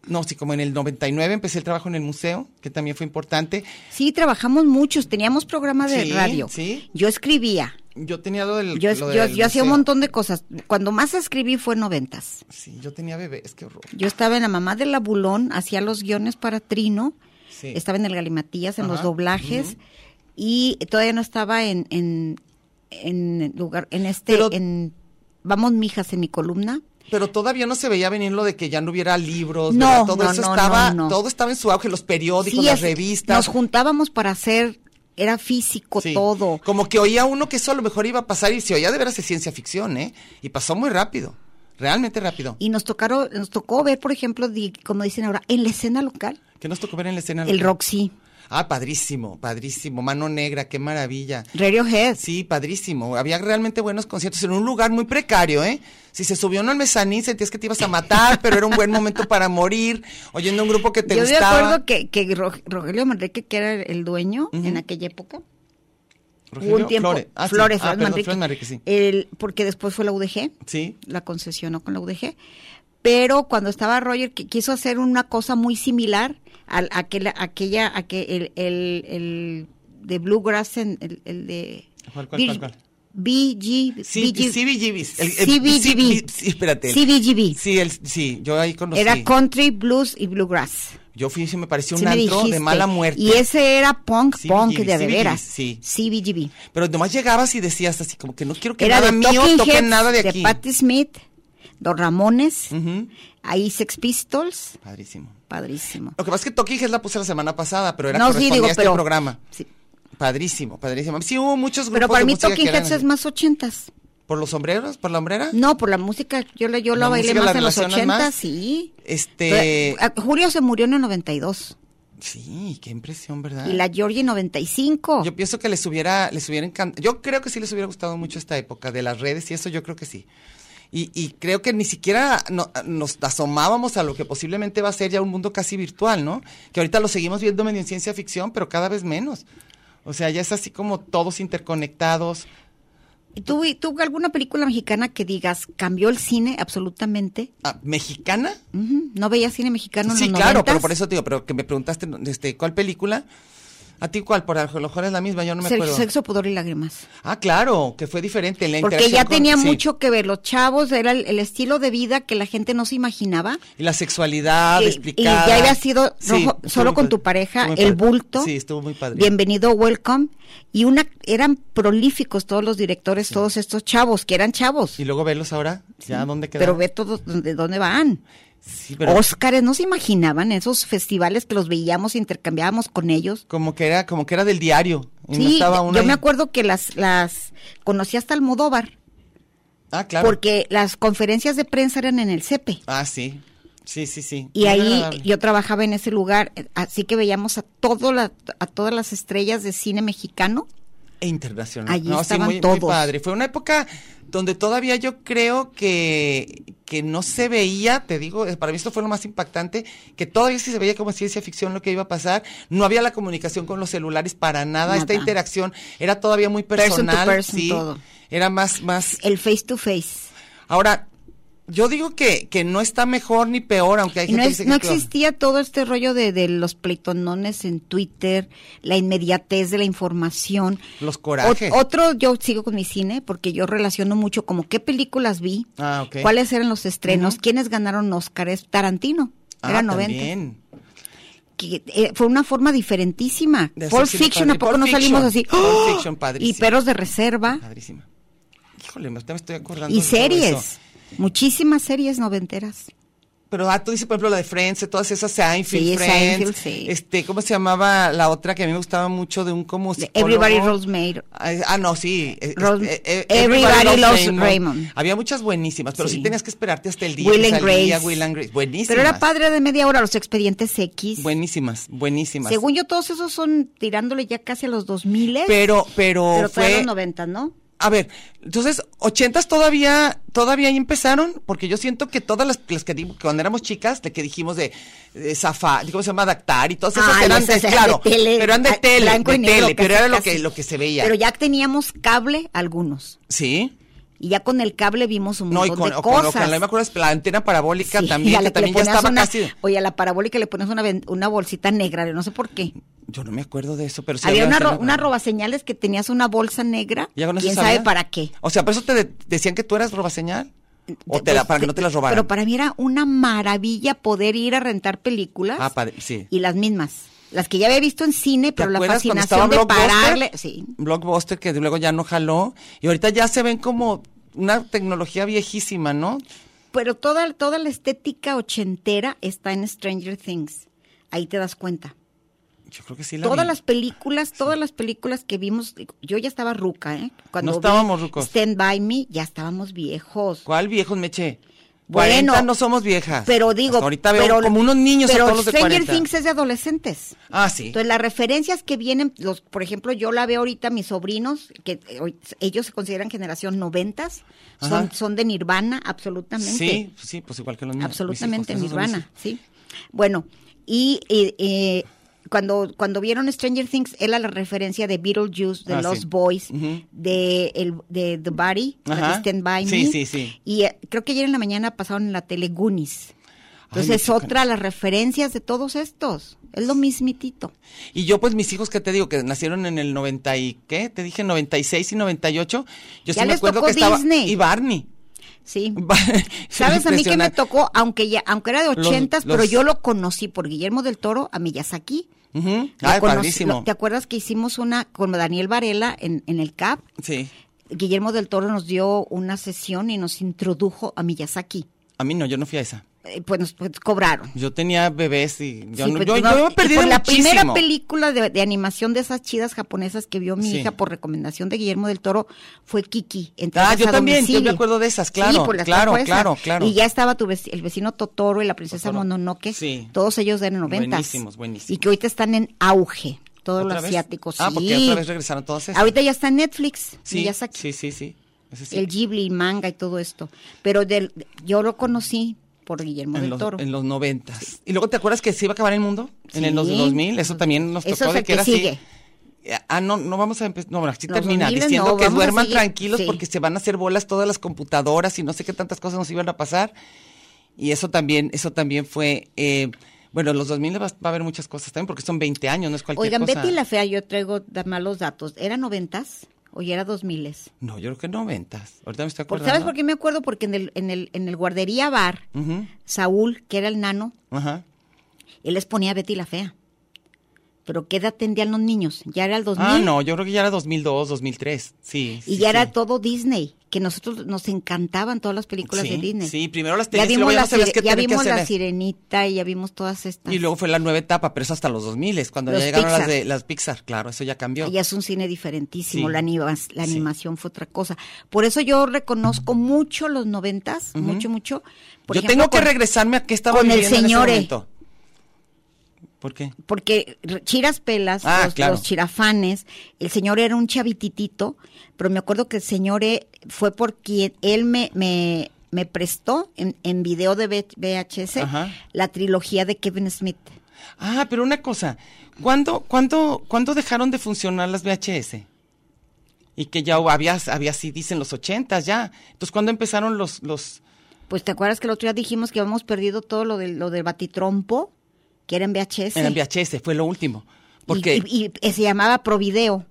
[SPEAKER 3] no, sí, como en el 99 empecé el trabajo en el museo, que también fue importante.
[SPEAKER 1] Sí, trabajamos muchos. Teníamos programa de
[SPEAKER 3] Sí,
[SPEAKER 1] radio.
[SPEAKER 3] sí.
[SPEAKER 1] Yo escribía.
[SPEAKER 3] Yo tenía lo del...
[SPEAKER 1] Yo, es-
[SPEAKER 3] lo
[SPEAKER 1] yo-
[SPEAKER 3] del
[SPEAKER 1] yo hacía un
[SPEAKER 3] museo.
[SPEAKER 1] montón de cosas. Cuando más escribí fue en noventas.
[SPEAKER 3] Sí, yo tenía bebés, qué horror.
[SPEAKER 1] Yo estaba en la mamá del abulón, hacía los guiones para Trino
[SPEAKER 3] Sí.
[SPEAKER 1] estaba en el Galimatías, en los
[SPEAKER 3] Ajá,
[SPEAKER 1] doblajes,
[SPEAKER 3] ujú.
[SPEAKER 1] y todavía no estaba en, en, en lugar, en este,
[SPEAKER 3] Pero-
[SPEAKER 1] en Vamos Mijas, en mi columna.
[SPEAKER 3] Pero todavía no se veía venir lo de que ya no hubiera libros,
[SPEAKER 1] No,
[SPEAKER 3] ¿verdad? todo
[SPEAKER 1] no,
[SPEAKER 3] eso
[SPEAKER 1] no,
[SPEAKER 3] estaba,
[SPEAKER 1] no, no.
[SPEAKER 3] todo estaba en su auge, los periódicos,
[SPEAKER 1] Sí,
[SPEAKER 3] las
[SPEAKER 1] es-
[SPEAKER 3] revistas.
[SPEAKER 1] Nos juntábamos para hacer, era físico
[SPEAKER 3] Sí.
[SPEAKER 1] todo.
[SPEAKER 3] Como que oía uno que eso a lo mejor iba a pasar y se oía de veras de ciencia ficción, ¿eh? Y pasó muy rápido, realmente rápido.
[SPEAKER 1] Y nos tocaron, nos tocó ver, por ejemplo, di- como dicen ahora, en la escena local,
[SPEAKER 3] ¿Qué nos tocó ver en la escena?
[SPEAKER 1] el Roxy,
[SPEAKER 3] Ah, padrísimo, padrísimo. Mano Negra, qué maravilla.
[SPEAKER 1] Radiohead.
[SPEAKER 3] Sí, padrísimo. Había realmente buenos conciertos en un lugar muy precario, ¿eh? Si se subió uno al mezanín sentías que te ibas a matar, pero era un buen momento para morir, oyendo un grupo que te
[SPEAKER 1] Yo
[SPEAKER 3] gustaba.
[SPEAKER 1] me acuerdo que, que Ro- Rogelio Manrique, que era el dueño
[SPEAKER 3] Ujú.
[SPEAKER 1] en aquella época,
[SPEAKER 3] Rogelio
[SPEAKER 1] hubo un tiempo,
[SPEAKER 3] Flores, Ah, sí.
[SPEAKER 1] Flores,
[SPEAKER 3] Ah,
[SPEAKER 1] Flores
[SPEAKER 3] perdón,
[SPEAKER 1] Manrique,
[SPEAKER 3] Flores Manrique, sí.
[SPEAKER 1] el- porque después fue la UDG,
[SPEAKER 3] Sí,
[SPEAKER 1] la concesionó con la UDG, pero cuando estaba Roger, que quiso hacer una cosa muy similar a, aquel, aquella, a que el, el, el de Bluegrass, en, el, el de...
[SPEAKER 3] ¿Cuál, cuál, cuál, cuál?
[SPEAKER 1] BG,
[SPEAKER 3] Sí,
[SPEAKER 1] BG.
[SPEAKER 3] CBGBs. El- el-
[SPEAKER 1] CBGB.
[SPEAKER 3] sí, espérate.
[SPEAKER 1] CBGB.
[SPEAKER 3] Sí, el, sí, yo ahí conocí.
[SPEAKER 1] Era country, blues y bluegrass.
[SPEAKER 3] Yo fui y se me pareció
[SPEAKER 1] Sí
[SPEAKER 3] un
[SPEAKER 1] me
[SPEAKER 3] antro de
[SPEAKER 1] dijiste.
[SPEAKER 3] mala muerte.
[SPEAKER 1] Y ese era punk,
[SPEAKER 3] CBGB,
[SPEAKER 1] punk de de
[SPEAKER 3] CBGB,
[SPEAKER 1] veras.
[SPEAKER 3] sí.
[SPEAKER 1] CBGB.
[SPEAKER 3] Pero nomás llegabas y decías así como que no quiero que
[SPEAKER 1] Era
[SPEAKER 3] nada
[SPEAKER 1] de
[SPEAKER 3] mío
[SPEAKER 1] Talking
[SPEAKER 3] toque
[SPEAKER 1] Heads,
[SPEAKER 3] nada de
[SPEAKER 1] de
[SPEAKER 3] aquí. Mm.
[SPEAKER 1] Patti Smith, Los Ramones,
[SPEAKER 3] Ujú,
[SPEAKER 1] ahí Sex Pistols,
[SPEAKER 3] Padrísimo.
[SPEAKER 1] padrísimo.
[SPEAKER 3] Lo que pasa es que Toki Heads la puse la semana pasada, pero era
[SPEAKER 1] No, sí,
[SPEAKER 3] correspondía
[SPEAKER 1] digo,
[SPEAKER 3] a este
[SPEAKER 1] pero-
[SPEAKER 3] programa.
[SPEAKER 1] Sí.
[SPEAKER 3] Padrísimo, padrísimo. Sí hubo muchos grupos
[SPEAKER 1] Pero para
[SPEAKER 3] de
[SPEAKER 1] mí
[SPEAKER 3] música
[SPEAKER 1] Talking
[SPEAKER 3] que eran
[SPEAKER 1] Heads es
[SPEAKER 3] así.
[SPEAKER 1] más ochentas.
[SPEAKER 3] ¿Por los sombreros? ¿Por la hombrera?
[SPEAKER 1] No, por la música, yo la, yo la,
[SPEAKER 3] ¿La
[SPEAKER 1] bailé
[SPEAKER 3] música la
[SPEAKER 1] más en los
[SPEAKER 3] relacionas más?
[SPEAKER 1] ochentas, sí.
[SPEAKER 3] Este...
[SPEAKER 1] Pero, ah, Julio se murió en el 92
[SPEAKER 3] Sí, qué impresión, ¿verdad?
[SPEAKER 1] y la Georgie en 95.
[SPEAKER 3] Ah. Yo pienso que les hubiera, les hubiera encantado. Yo creo que sí les hubiera gustado mucho esta época de las redes y eso yo creo que sí. Y, y creo que ni siquiera no- nos asomábamos a lo que posiblemente va a ser ya un mundo casi virtual, ¿no? Que ahorita lo seguimos viendo medio en ciencia ficción, pero cada vez menos. O sea, ya es así como todos interconectados.
[SPEAKER 1] ¿Tú, ¿Tú alguna película mexicana que digas cambió el cine absolutamente?
[SPEAKER 3] Ah, ¿Mexicana?
[SPEAKER 1] Ujú, ¿No veía cine mexicano en
[SPEAKER 3] sí,
[SPEAKER 1] los
[SPEAKER 3] claro,
[SPEAKER 1] 90s?
[SPEAKER 3] pero por eso te digo, pero que me preguntaste este, cuál película. ¿A ti cuál? Por a lo mejor es la misma, yo no me
[SPEAKER 1] Sexo,
[SPEAKER 3] acuerdo.
[SPEAKER 1] Sexo, pudor y lágrimas.
[SPEAKER 3] Ah, claro, que fue diferente. La
[SPEAKER 1] Porque
[SPEAKER 3] interacción
[SPEAKER 1] ya
[SPEAKER 3] con-
[SPEAKER 1] tenía
[SPEAKER 3] sí.
[SPEAKER 1] mucho que ver. Los chavos era el, el estilo de vida que la gente no se imaginaba.
[SPEAKER 3] Y la sexualidad
[SPEAKER 1] Y-
[SPEAKER 3] explicada.
[SPEAKER 1] y ya había sido rojo-
[SPEAKER 3] Ah, estuvo
[SPEAKER 1] solo
[SPEAKER 3] muy
[SPEAKER 1] con
[SPEAKER 3] padre.
[SPEAKER 1] tu pareja,
[SPEAKER 3] Estuvo muy
[SPEAKER 1] El
[SPEAKER 3] padre.
[SPEAKER 1] Bulto.
[SPEAKER 3] Sí, estuvo muy padre.
[SPEAKER 1] Bienvenido, welcome. Y una eran prolíficos todos los directores, todos estos chavos, que eran chavos.
[SPEAKER 3] Y luego verlos ahora, ya dónde quedaron.
[SPEAKER 1] Pero ve todos de dónde van.
[SPEAKER 3] Sí, pero
[SPEAKER 1] Óscares, no se imaginaban esos festivales que los veíamos, intercambiábamos con ellos.
[SPEAKER 3] como que era, como que era del diario. y no
[SPEAKER 1] Sí,
[SPEAKER 3] estaba uno
[SPEAKER 1] yo
[SPEAKER 3] ahí.
[SPEAKER 1] me acuerdo que las, las conocí hasta Almodóvar,
[SPEAKER 3] Ah, claro.
[SPEAKER 1] porque las conferencias de prensa eran en el CEPE.
[SPEAKER 3] Ah, sí. Sí, sí, sí.
[SPEAKER 1] E. Y
[SPEAKER 3] Muy
[SPEAKER 1] ahí
[SPEAKER 3] agradable.
[SPEAKER 1] yo trabajaba en ese lugar, eh, así que veíamos a todo la- a todas las estrellas de cine mexicano.
[SPEAKER 3] E internacional.
[SPEAKER 1] allí
[SPEAKER 3] sí,
[SPEAKER 1] estaban
[SPEAKER 3] muy, muy
[SPEAKER 1] todos.
[SPEAKER 3] padre. Fue una época donde todavía yo creo que, que no se veía, te digo, eh, para mí esto fue lo más impactante, que todavía sí se veía como ciencia ficción lo que iba a pasar. No había la comunicación con los celulares para nada. Esta
[SPEAKER 1] Nada.
[SPEAKER 3] interacción era todavía muy
[SPEAKER 1] Person to
[SPEAKER 3] personal.
[SPEAKER 1] person,
[SPEAKER 3] sí.
[SPEAKER 1] todo.
[SPEAKER 3] Era más, más.
[SPEAKER 1] El face to face.
[SPEAKER 3] Ahora, yo digo que, que no está mejor ni peor, aunque hay
[SPEAKER 1] Y No,
[SPEAKER 3] gente
[SPEAKER 1] es-
[SPEAKER 3] que dice
[SPEAKER 1] no
[SPEAKER 3] que peor.
[SPEAKER 1] existía todo este rollo de, de los pleitonones en Twitter, la inmediatez de la información.
[SPEAKER 3] Los corajes.
[SPEAKER 1] Ot- otro, yo sigo con mi cine porque yo relaciono mucho como qué películas vi,
[SPEAKER 3] Ah, ok.
[SPEAKER 1] cuáles eran los estrenos,
[SPEAKER 3] Ujú.
[SPEAKER 1] quiénes ganaron Óscares, Tarantino.
[SPEAKER 3] Ah,
[SPEAKER 1] Era 90.
[SPEAKER 3] también.
[SPEAKER 1] que eh, fue una forma diferentísima.
[SPEAKER 3] De
[SPEAKER 1] Pulp
[SPEAKER 3] hacer cine
[SPEAKER 1] Fiction,
[SPEAKER 3] padre.
[SPEAKER 1] ¿a poco
[SPEAKER 3] Pulp
[SPEAKER 1] no salimos así?
[SPEAKER 3] Fiction, Pulp
[SPEAKER 1] ¡Oh!
[SPEAKER 3] Fiction,
[SPEAKER 1] y
[SPEAKER 3] padrísimo.
[SPEAKER 1] Perros de Reserva
[SPEAKER 3] Padrísima. Híjole, me me estoy acordando.
[SPEAKER 1] y
[SPEAKER 3] de todo eso.
[SPEAKER 1] series. Muchísimas series noventeras.
[SPEAKER 3] Pero ah, tú dices, por ejemplo, la de Friends, todas esas Seinfeld,
[SPEAKER 1] Sí,
[SPEAKER 3] Friends.
[SPEAKER 1] Seinfeld, sí.
[SPEAKER 3] Este, ¿cómo se llamaba la otra que a mí me gustaba mucho de un como
[SPEAKER 1] De
[SPEAKER 3] psicólogo?
[SPEAKER 1] Everybody Rosemary.
[SPEAKER 3] Ah, es- Ah, no, sí. eh,
[SPEAKER 1] Ros-
[SPEAKER 3] este, eh,
[SPEAKER 1] Everybody Loves
[SPEAKER 3] Raymond.
[SPEAKER 1] Raymond.
[SPEAKER 3] Había muchas buenísimas, pero sí.
[SPEAKER 1] Sí.
[SPEAKER 3] tenías que esperarte hasta el día.
[SPEAKER 1] Will
[SPEAKER 3] que
[SPEAKER 1] and
[SPEAKER 3] salía
[SPEAKER 1] Grace.
[SPEAKER 3] Will and Grace. Buenísimas.
[SPEAKER 1] Pero era padre de media hora, los expedientes X.
[SPEAKER 3] Buenísimas, buenísimas.
[SPEAKER 1] Según yo, todos esos son tirándole ya casi a los 2000.
[SPEAKER 3] pero, pero,
[SPEAKER 1] pero todavía
[SPEAKER 3] fue.
[SPEAKER 1] los 90, ¿no?
[SPEAKER 3] A ver, entonces, ochentas todavía, todavía ahí empezaron, porque yo siento que todas las, las que digo, cuando éramos chicas, de que dijimos de, de Zafa, ¿cómo se llama? Adaptar y todas esas
[SPEAKER 1] Ah,
[SPEAKER 3] eran de,
[SPEAKER 1] esas eran
[SPEAKER 3] claro,
[SPEAKER 1] de tele,
[SPEAKER 3] pero eran de
[SPEAKER 1] ah,
[SPEAKER 3] tele,
[SPEAKER 1] blanco
[SPEAKER 3] de
[SPEAKER 1] y negro,
[SPEAKER 3] tele, pero
[SPEAKER 1] casi,
[SPEAKER 3] era lo que,
[SPEAKER 1] casi.
[SPEAKER 3] lo que se veía.
[SPEAKER 1] Pero ya teníamos cable algunos.
[SPEAKER 3] Sí.
[SPEAKER 1] Y ya con el cable vimos un
[SPEAKER 3] No,
[SPEAKER 1] montón
[SPEAKER 3] y con,
[SPEAKER 1] de
[SPEAKER 3] o con- o
[SPEAKER 1] cosas.
[SPEAKER 3] con la, me acuerdo, es la antena parabólica
[SPEAKER 1] Sí, *laughs* y
[SPEAKER 3] también,
[SPEAKER 1] a la
[SPEAKER 3] que
[SPEAKER 1] que le
[SPEAKER 3] también ya
[SPEAKER 1] ponías
[SPEAKER 3] estaba
[SPEAKER 1] una-
[SPEAKER 3] casi.
[SPEAKER 1] Oye, a la parabólica le pones una, ven- una bolsita negra, no sé por qué.
[SPEAKER 3] Yo no me acuerdo de eso, pero sí.
[SPEAKER 1] Había una,
[SPEAKER 3] antena
[SPEAKER 1] ro- una
[SPEAKER 3] parabólica.
[SPEAKER 1] robaseñales que tenías una bolsa negra.
[SPEAKER 3] ¿Ya con eso
[SPEAKER 1] ¿Quién
[SPEAKER 3] sabías?
[SPEAKER 1] sabe para qué?
[SPEAKER 3] O sea, ¿por eso te de- decían que tú eras robaseñal? O te la-
[SPEAKER 1] Pues,
[SPEAKER 3] para que no te las robaran.
[SPEAKER 1] Pero para mí era una maravilla poder ir a rentar películas
[SPEAKER 3] Ah, padre, sí.
[SPEAKER 1] y las mismas. Las que ya había visto en cine,
[SPEAKER 3] ¿Te
[SPEAKER 1] pero la
[SPEAKER 3] acuerdas cuando
[SPEAKER 1] fascinación de
[SPEAKER 3] estaba Blockbuster?
[SPEAKER 1] pararle. Sí.
[SPEAKER 3] Blockbuster que luego ya no jaló y ahorita ya se ven como una tecnología viejísima, ¿no?
[SPEAKER 1] Pero toda, toda la estética ochentera está en Stranger Things. Ahí te das cuenta.
[SPEAKER 3] Yo creo que sí la
[SPEAKER 1] Todas
[SPEAKER 3] vi.
[SPEAKER 1] las películas, todas las películas que vimos, yo ya estaba ruca, ¿eh?
[SPEAKER 3] No
[SPEAKER 1] vi
[SPEAKER 3] estábamos rucos.
[SPEAKER 1] Stand By Me, ya estábamos viejos.
[SPEAKER 3] ¿Cuál viejos meche?
[SPEAKER 1] Bueno,
[SPEAKER 3] 40 no somos viejas.
[SPEAKER 1] Pero digo,
[SPEAKER 3] Hasta ahorita veo
[SPEAKER 1] pero-
[SPEAKER 3] como unos niños a
[SPEAKER 1] pero
[SPEAKER 3] todos los de
[SPEAKER 1] Stranger
[SPEAKER 3] 40.
[SPEAKER 1] Things es de adolescentes.
[SPEAKER 3] Ah, sí.
[SPEAKER 1] Entonces las referencias que vienen, los, por ejemplo, yo la veo ahorita mis sobrinos, que eh, hoy- ellos se consideran generación noventas, son,
[SPEAKER 3] Ajá.
[SPEAKER 1] son de Nirvana, absolutamente.
[SPEAKER 3] Sí, pues sí, pues igual que los míos.
[SPEAKER 1] Absolutamente,
[SPEAKER 3] mis hijos, esos son
[SPEAKER 1] Nirvana, sí. Bueno, y eh, eh, cuando, cuando vieron Stranger Things, era la referencia de Beetlejuice, de
[SPEAKER 3] Ah,
[SPEAKER 1] Lost
[SPEAKER 3] sí.
[SPEAKER 1] Boys,
[SPEAKER 3] Ujú.
[SPEAKER 1] de, el, de The Body, la de
[SPEAKER 3] Ajá.
[SPEAKER 1] Stand By
[SPEAKER 3] Sí,
[SPEAKER 1] Me.
[SPEAKER 3] sí, sí.
[SPEAKER 1] Y eh, creo que ayer en la mañana pasaron en la tele Goonies. Entonces
[SPEAKER 3] me
[SPEAKER 1] es
[SPEAKER 3] chocan.
[SPEAKER 1] otra de las referencias de todos estos. Es lo mismitito.
[SPEAKER 3] Y yo, pues, mis hijos, que te digo? Que nacieron en el 90 y, ¿qué? Te dije 96 y 98. Yo
[SPEAKER 1] Ya
[SPEAKER 3] sí me
[SPEAKER 1] les
[SPEAKER 3] acuerdo
[SPEAKER 1] tocó
[SPEAKER 3] que estaba...
[SPEAKER 1] Disney.
[SPEAKER 3] Y Barney. *laughs*
[SPEAKER 1] Sí.
[SPEAKER 3] Ba-
[SPEAKER 1] ¿Sabes a mí que me
[SPEAKER 3] Impresionante.
[SPEAKER 1] tocó, aunque ya, aunque era de
[SPEAKER 3] Los-
[SPEAKER 1] ochentas, pero
[SPEAKER 3] los-
[SPEAKER 1] yo lo conocí por Guillermo del Toro a Miyazaki.
[SPEAKER 3] Ujú.
[SPEAKER 1] Lo
[SPEAKER 3] Ay,
[SPEAKER 1] conocí-
[SPEAKER 3] padrísimo.
[SPEAKER 1] lo- ¿Te acuerdas que hicimos una con Daniel Varela en, en el CAP?
[SPEAKER 3] Sí.
[SPEAKER 1] Guillermo del Toro nos dio una sesión y nos introdujo a Miyazaki.
[SPEAKER 3] A mí no, yo no fui a esa.
[SPEAKER 1] Eh, pues nos pues, cobraron.
[SPEAKER 3] Yo tenía bebés y... Yo,
[SPEAKER 1] Sí,
[SPEAKER 3] no-
[SPEAKER 1] pues,
[SPEAKER 3] yo, yo
[SPEAKER 1] no, y-
[SPEAKER 3] me
[SPEAKER 1] y
[SPEAKER 3] he perdido
[SPEAKER 1] por la
[SPEAKER 3] muchísimo.
[SPEAKER 1] primera película de, de animación de esas chidas japonesas que vio mi
[SPEAKER 3] Sí.
[SPEAKER 1] hija por recomendación de Guillermo del Toro fue Kiki.
[SPEAKER 3] Ah,
[SPEAKER 1] Entregas
[SPEAKER 3] yo
[SPEAKER 1] a
[SPEAKER 3] también, yo me
[SPEAKER 1] domicilio.
[SPEAKER 3] acuerdo de esas,
[SPEAKER 1] Sí,
[SPEAKER 3] claro,
[SPEAKER 1] por las
[SPEAKER 3] claro,
[SPEAKER 1] tapas esas.
[SPEAKER 3] claro, claro.
[SPEAKER 1] Y ya estaba tu vec- el vecino Totoro y la princesa
[SPEAKER 3] Totoro.
[SPEAKER 1] Mononoke,
[SPEAKER 3] Sí.
[SPEAKER 1] todos ellos de los noventas.
[SPEAKER 3] Buenísimos, buenísimos.
[SPEAKER 1] Y que ahorita están en auge, todo lo
[SPEAKER 3] ¿Otra vez?
[SPEAKER 1] asiático,
[SPEAKER 3] Ah,
[SPEAKER 1] sí.
[SPEAKER 3] porque otra vez regresaron todas esas.
[SPEAKER 1] Ahorita ya está en Netflix,
[SPEAKER 3] Sí,
[SPEAKER 1] Miyazaki,
[SPEAKER 3] sí, sí, sí. Ese sí.
[SPEAKER 1] el Ghibli, manga y todo esto. Pero del- yo lo conocí por Guillermo
[SPEAKER 3] en
[SPEAKER 1] del
[SPEAKER 3] los,
[SPEAKER 1] Toro.
[SPEAKER 3] en los noventas. Y luego, ¿te acuerdas que se iba a acabar el mundo?
[SPEAKER 1] Sí.
[SPEAKER 3] En los 2000, eso también nos tocó
[SPEAKER 1] Eso es
[SPEAKER 3] de que
[SPEAKER 1] el que
[SPEAKER 3] era
[SPEAKER 1] sigue.
[SPEAKER 3] así. Ah, no, no vamos a empezar. No, bueno, así
[SPEAKER 1] Los
[SPEAKER 3] termina
[SPEAKER 1] 2000
[SPEAKER 3] diciendo
[SPEAKER 1] no,
[SPEAKER 3] que
[SPEAKER 1] vamos a
[SPEAKER 3] duerman
[SPEAKER 1] seguir,
[SPEAKER 3] tranquilos
[SPEAKER 1] sí.
[SPEAKER 3] porque se van a hacer bolas todas las computadoras y no sé qué tantas cosas nos iban a pasar. Y eso también, eso también fue. eh, bueno, en los 2000 va, va a haber muchas cosas también porque son 20 años, no es cualquier
[SPEAKER 1] Oigan,
[SPEAKER 3] cosa.
[SPEAKER 1] Betty la Fea, yo traigo da- malos datos. ¿Era noventas o ya era dos miles?
[SPEAKER 3] No, yo creo que 90. Ahorita me estoy
[SPEAKER 1] Por-
[SPEAKER 3] acordando.
[SPEAKER 1] ¿Sabes por qué me acuerdo? Porque en el, en el, en el guardería bar,
[SPEAKER 3] Ujú,
[SPEAKER 1] Saúl, que era el nano,
[SPEAKER 3] Ajá.
[SPEAKER 1] él les ponía a Betty la Fea. Pero ¿qué edad tendrían los niños? Ya era el 2000
[SPEAKER 3] Ah, no, yo creo que ya era 2002, 2003. Sí.
[SPEAKER 1] y
[SPEAKER 3] sí,
[SPEAKER 1] ya
[SPEAKER 3] sí.
[SPEAKER 1] era todo Disney, que nosotros nos encantaban todas las películas de
[SPEAKER 3] Sí,
[SPEAKER 1] Disney.
[SPEAKER 3] Sí, primero las
[SPEAKER 1] ya
[SPEAKER 3] tenías y luego
[SPEAKER 1] vimos,
[SPEAKER 3] ya
[SPEAKER 1] la,
[SPEAKER 3] no sabías
[SPEAKER 1] sire-
[SPEAKER 3] qué
[SPEAKER 1] ya
[SPEAKER 3] tener que
[SPEAKER 1] vimos
[SPEAKER 3] hacer. ¿eh?
[SPEAKER 1] la sirenita y ya vimos todas estas.
[SPEAKER 3] Y luego fue la nueva etapa, pero eso hasta los 2000, cuando
[SPEAKER 1] Los
[SPEAKER 3] ya llegaron las
[SPEAKER 1] Pixar.
[SPEAKER 3] de las Pixar, claro, eso ya cambió.
[SPEAKER 1] Ya es un cine diferentísimo,
[SPEAKER 3] Sí.
[SPEAKER 1] la, anima- la
[SPEAKER 3] Sí.
[SPEAKER 1] animación fue otra cosa. Por eso yo reconozco mucho los noventas, mucho, mucho. Por
[SPEAKER 3] Yo
[SPEAKER 1] ejemplo,
[SPEAKER 3] tengo que
[SPEAKER 1] con-
[SPEAKER 3] regresarme a qué estaba
[SPEAKER 1] con el
[SPEAKER 3] viviendo en ese
[SPEAKER 1] señore.
[SPEAKER 3] momento. ¿Por qué?
[SPEAKER 1] Porque re- Chiras Pelas,
[SPEAKER 3] Ah,
[SPEAKER 1] los,
[SPEAKER 3] claro.
[SPEAKER 1] los chirafanes, el señor era un chavititito, pero me acuerdo que el señor eh, fue por quien él me, me, me prestó en, en video de V- VHS
[SPEAKER 3] Ajá.
[SPEAKER 1] la trilogía de Kevin Smith.
[SPEAKER 3] Ah, pero una cosa, ¿cuándo, cuándo, cuándo dejaron de funcionar las VHS? Y que ya había, había sí, dicen los 80 ya. Entonces, ¿cuándo empezaron los, los,
[SPEAKER 1] Pues te acuerdas que el otro día dijimos que habíamos perdido todo lo del, lo del batitrompo, que era en VHS.
[SPEAKER 3] eran VHS? Fue lo último. Porque,
[SPEAKER 1] Y, y- y se llamaba Provideo.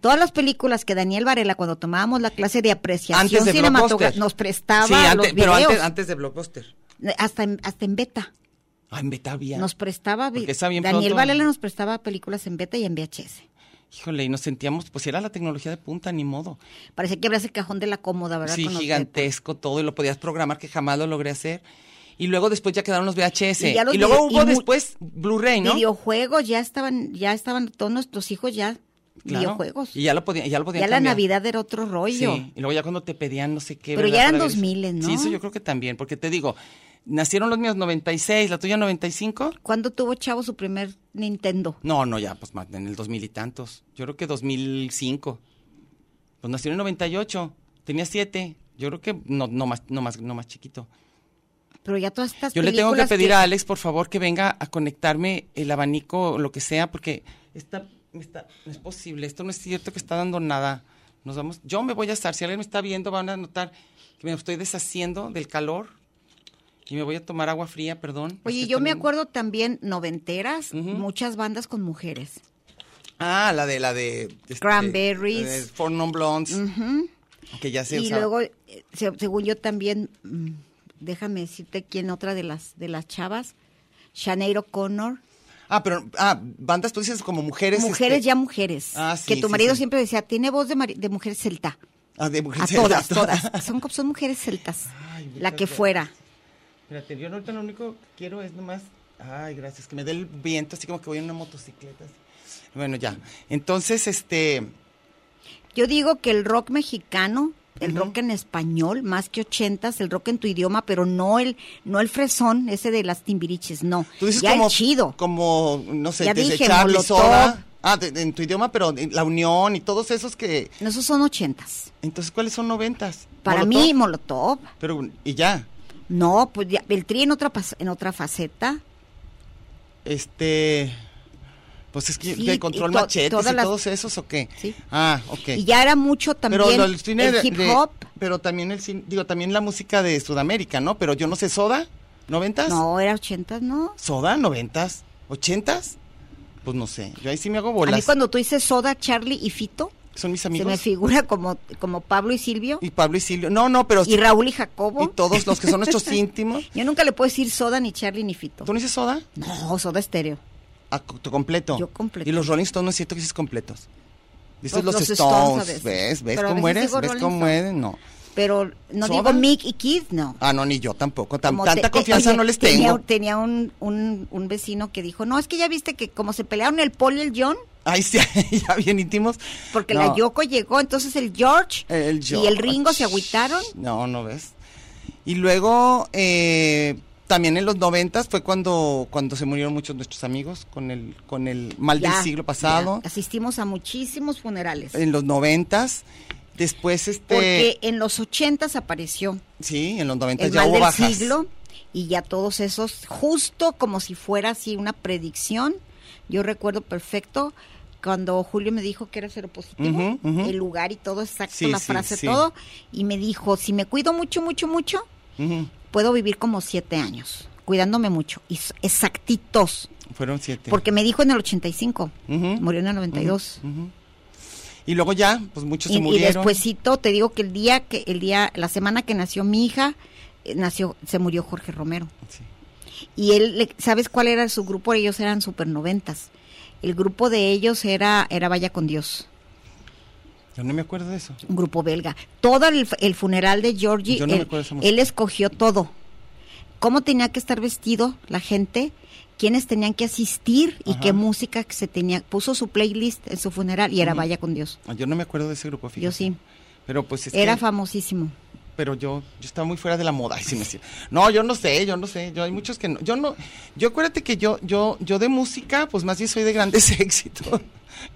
[SPEAKER 1] Todas las películas que Daniel Varela, cuando tomábamos la clase de apreciación
[SPEAKER 3] antes de
[SPEAKER 1] cinematográfica,
[SPEAKER 3] Blockbuster.
[SPEAKER 1] nos prestaba
[SPEAKER 3] Sí, antes-
[SPEAKER 1] los
[SPEAKER 3] pero
[SPEAKER 1] videos.
[SPEAKER 3] antes, antes de Blockbuster.
[SPEAKER 1] hasta, en, hasta en beta.
[SPEAKER 3] Ah, en Beta había.
[SPEAKER 1] Nos prestaba. vi-
[SPEAKER 3] Porque está bien
[SPEAKER 1] Daniel
[SPEAKER 3] pronto.
[SPEAKER 1] Varela nos prestaba películas en beta y en VHS.
[SPEAKER 3] Híjole, y nos sentíamos, pues era la tecnología de punta, ni modo.
[SPEAKER 1] Parece que abrías el cajón de la cómoda, ¿verdad?
[SPEAKER 3] Sí,
[SPEAKER 1] Con los
[SPEAKER 3] gigantesco todo y lo podías programar que jamás lo logré hacer. Y luego después ya quedaron los VHS.
[SPEAKER 1] Y
[SPEAKER 3] Y,
[SPEAKER 1] ya los
[SPEAKER 3] luego
[SPEAKER 1] video- y
[SPEAKER 3] hubo
[SPEAKER 1] mu-
[SPEAKER 3] después Blu-ray,
[SPEAKER 1] de-
[SPEAKER 3] ¿no?
[SPEAKER 1] Videojuegos, ya estaban, ya estaban todos nuestros hijos ya
[SPEAKER 3] Claro.
[SPEAKER 1] videojuegos.
[SPEAKER 3] Y ya lo podían, ya lo
[SPEAKER 1] Ya
[SPEAKER 3] podían
[SPEAKER 1] la
[SPEAKER 3] cambiar.
[SPEAKER 1] Navidad era otro rollo.
[SPEAKER 3] Sí, y luego ya cuando te pedían no sé qué.
[SPEAKER 1] Pero
[SPEAKER 3] ¿verdad?
[SPEAKER 1] ya eran
[SPEAKER 3] Para ver eso.
[SPEAKER 1] 2000, ¿no?
[SPEAKER 3] Sí, eso yo creo que también, porque te digo, nacieron los míos 96, la tuya 95.
[SPEAKER 1] ¿Cuándo tuvo Chavo su primer Nintendo?
[SPEAKER 3] No, no, ya, pues más, en el 2000 y tantos. Yo creo que 2005. Pues nació en el 98, tenía 7. Yo creo que no, no, más, no, más, no más chiquito.
[SPEAKER 1] Pero ya todas estas
[SPEAKER 3] Yo le tengo que
[SPEAKER 1] películas
[SPEAKER 3] pedir a Alex, por favor, que venga a conectarme el abanico o lo que sea, porque está, me está- no es posible, esto no es cierto que está dando nada. Nos vamos, yo me voy a estar, si alguien me está viendo van a notar que me estoy deshaciendo del calor y me voy a tomar agua fría, perdón.
[SPEAKER 1] Oye,
[SPEAKER 3] Es que
[SPEAKER 1] yo me
[SPEAKER 3] también-
[SPEAKER 1] acuerdo también noventeras,
[SPEAKER 3] Ujú.
[SPEAKER 1] muchas bandas con mujeres.
[SPEAKER 3] Ah, la de la de este,
[SPEAKER 1] Cranberries.
[SPEAKER 3] la de Four Non Blondes,
[SPEAKER 1] Ujú.
[SPEAKER 3] que ya se
[SPEAKER 1] y
[SPEAKER 3] usaba.
[SPEAKER 1] luego, eh, se- según yo también, mm, déjame decirte quién otra de las de las chavas, Shaneiro Connor.
[SPEAKER 3] Ah, pero ah, bandas tú dices como mujeres.
[SPEAKER 1] mujeres
[SPEAKER 3] este,
[SPEAKER 1] ya mujeres.
[SPEAKER 3] Ah, sí,
[SPEAKER 1] que tu
[SPEAKER 3] sí,
[SPEAKER 1] marido
[SPEAKER 3] sí.
[SPEAKER 1] siempre decía, tiene voz de, mari- de mujer celta.
[SPEAKER 3] ah, de
[SPEAKER 1] A
[SPEAKER 3] mujeres. *laughs*
[SPEAKER 1] todas, todas. Son, son mujeres celtas.
[SPEAKER 3] Ay, muchas
[SPEAKER 1] la que
[SPEAKER 3] gracias.
[SPEAKER 1] fuera.
[SPEAKER 3] Espérate, yo ahorita lo único que quiero es nomás. Ay, gracias, que me dé el viento, así como que voy en una motocicleta. así. Bueno, ya. Entonces, este.
[SPEAKER 1] Yo digo que el rock mexicano, el
[SPEAKER 3] Ujú.
[SPEAKER 1] rock en español, más que ochentas, el rock en tu idioma, pero no el, no el fresón, ese de las timbiriches, no.
[SPEAKER 3] Tú dices
[SPEAKER 1] ya el
[SPEAKER 3] como.
[SPEAKER 1] chido.
[SPEAKER 3] Como, no sé,
[SPEAKER 1] Ya
[SPEAKER 3] desde
[SPEAKER 1] dije,
[SPEAKER 3] Charlie
[SPEAKER 1] Molotov.
[SPEAKER 3] Soda. Ah, de- de- en tu idioma, pero en La Unión y todos esos que.
[SPEAKER 1] No, Esos son ochentas.
[SPEAKER 3] Entonces, ¿cuáles son noventas?
[SPEAKER 1] Para
[SPEAKER 3] Molotov,
[SPEAKER 1] mí, Molotov.
[SPEAKER 3] Pero, y ya.
[SPEAKER 1] No, pues ya, el tri en otra, pas- en otra faceta.
[SPEAKER 3] Este. Pues es que
[SPEAKER 1] Sí,
[SPEAKER 3] de
[SPEAKER 1] y
[SPEAKER 3] control
[SPEAKER 1] to-
[SPEAKER 3] machetes
[SPEAKER 1] todas
[SPEAKER 3] y
[SPEAKER 1] las-
[SPEAKER 3] todos esos o qué.
[SPEAKER 1] Sí.
[SPEAKER 3] Ah, ok.
[SPEAKER 1] Y ya era mucho también
[SPEAKER 3] pero lo-
[SPEAKER 1] el,
[SPEAKER 3] el cine de-
[SPEAKER 1] hip
[SPEAKER 3] de-
[SPEAKER 1] hop.
[SPEAKER 3] pero también el cine, digo, también la música de Sudamérica, ¿no? Pero yo no sé, ¿soda? ¿Noventas?
[SPEAKER 1] No, era ochentas, no.
[SPEAKER 3] ¿Soda? ¿Noventas? ¿Ochentas? Pues no sé. Yo ahí sí me hago
[SPEAKER 1] A mí
[SPEAKER 3] bolas.
[SPEAKER 1] cuando tú dices Soda, Charlie y Fito,
[SPEAKER 3] Son mis
[SPEAKER 1] se me
[SPEAKER 3] amigos.
[SPEAKER 1] figura como, como Pablo y Silvio
[SPEAKER 3] Y Pablo y Silvio. No, no, pero
[SPEAKER 1] y Raúl y Jacobo.
[SPEAKER 3] y todos los que son
[SPEAKER 1] *laughs*
[SPEAKER 3] nuestros íntimos.
[SPEAKER 1] Yo nunca le puedo decir Soda ni Charlie ni Fito.
[SPEAKER 3] ¿Tú no dices soda?
[SPEAKER 1] No, Soda Estéreo.
[SPEAKER 3] A co- tu completo.
[SPEAKER 1] Yo completo.
[SPEAKER 3] Y los Rolling Stones no es cierto que dices completos. Dices
[SPEAKER 1] Los-
[SPEAKER 3] los,
[SPEAKER 1] los Stones a
[SPEAKER 3] Stones.
[SPEAKER 1] veces.
[SPEAKER 3] ¿Ves? ¿Ves
[SPEAKER 1] Pero a
[SPEAKER 3] cómo
[SPEAKER 1] veces
[SPEAKER 3] eres?
[SPEAKER 1] digo
[SPEAKER 3] ¿Ves
[SPEAKER 1] Rolling
[SPEAKER 3] cómo
[SPEAKER 1] Stone.
[SPEAKER 3] eres? No.
[SPEAKER 1] Pero no
[SPEAKER 3] ¿Soda?
[SPEAKER 1] digo Mick y Kid, no.
[SPEAKER 3] Ah, no, ni yo tampoco. Tan-
[SPEAKER 1] Como
[SPEAKER 3] tanta
[SPEAKER 1] te- te-
[SPEAKER 3] confianza
[SPEAKER 1] oye,
[SPEAKER 3] no les
[SPEAKER 1] tenía-
[SPEAKER 3] tengo.
[SPEAKER 1] Tenía un, un, un vecino que dijo, no, es que ya viste que como se pelearon el Paul y el John,
[SPEAKER 3] Ay, sí, *laughs* ya bien íntimos.
[SPEAKER 1] porque
[SPEAKER 3] No.
[SPEAKER 1] la Yoko llegó, entonces el George,
[SPEAKER 3] El
[SPEAKER 1] y el
[SPEAKER 3] George.
[SPEAKER 1] Ringo se agüitaron.
[SPEAKER 3] No, no ves. Y luego, eh, también en los noventas fue cuando, cuando se murieron muchos nuestros amigos con el, con el mal
[SPEAKER 1] Ya,
[SPEAKER 3] del siglo pasado. Este
[SPEAKER 1] ya. asistimos a muchísimos funerales.
[SPEAKER 3] En los noventas. Después, este.
[SPEAKER 1] Porque en los ochentas apareció
[SPEAKER 3] sí, en los noventas
[SPEAKER 1] el
[SPEAKER 3] ya
[SPEAKER 1] mal
[SPEAKER 3] hubo
[SPEAKER 1] del
[SPEAKER 3] bajas.
[SPEAKER 1] siglo y ya todos esos, justo como si fuera así una predicción, yo recuerdo perfecto cuando Julio me dijo que era seropositivo,
[SPEAKER 3] Ujú, ujú.
[SPEAKER 1] el lugar y todo exacto,
[SPEAKER 3] Sí,
[SPEAKER 1] la
[SPEAKER 3] sí,
[SPEAKER 1] frase,
[SPEAKER 3] sí.
[SPEAKER 1] todo, y me dijo, si me cuido mucho, mucho, mucho,
[SPEAKER 3] Ujú,
[SPEAKER 1] puedo vivir como siete años, cuidándome mucho, y s- exactitos,
[SPEAKER 3] Fueron siete.
[SPEAKER 1] porque me dijo en el 85,
[SPEAKER 3] Ujú,
[SPEAKER 1] murió en el 92.
[SPEAKER 3] ujú, ujú. Y luego ya, pues muchos
[SPEAKER 1] Y,
[SPEAKER 3] se
[SPEAKER 1] y
[SPEAKER 3] murieron.
[SPEAKER 1] despuesito te digo que el día que el día la semana que nació mi hija eh, nació se murió Jorge Romero
[SPEAKER 3] Sí.
[SPEAKER 1] y él le- sabes cuál era su grupo ellos eran super noventas el grupo de ellos era era Vaya con Dios
[SPEAKER 3] Yo no me acuerdo de eso.
[SPEAKER 1] un grupo belga todo el, el funeral de Georgie
[SPEAKER 3] Yo no me
[SPEAKER 1] él,
[SPEAKER 3] acuerdo de esa música.
[SPEAKER 1] él escogió todo cómo tenía que estar vestido la gente quiénes tenían que asistir y
[SPEAKER 3] Ajá.
[SPEAKER 1] qué música que se tenía puso su playlist en su funeral y era Vaya con Dios
[SPEAKER 3] Ah, Yo no me acuerdo de ese grupo, fíjate.
[SPEAKER 1] yo sí
[SPEAKER 3] Pero pues es
[SPEAKER 1] era
[SPEAKER 3] que-
[SPEAKER 1] famosísimo
[SPEAKER 3] pero yo, yo estaba muy fuera de la moda. *laughs* Ay, sí, me siento. no, yo no sé, yo no sé. Yo hay muchos que no. Yo no, yo acuérdate que yo, yo, yo de música, pues más bien soy de grandes *laughs* éxitos.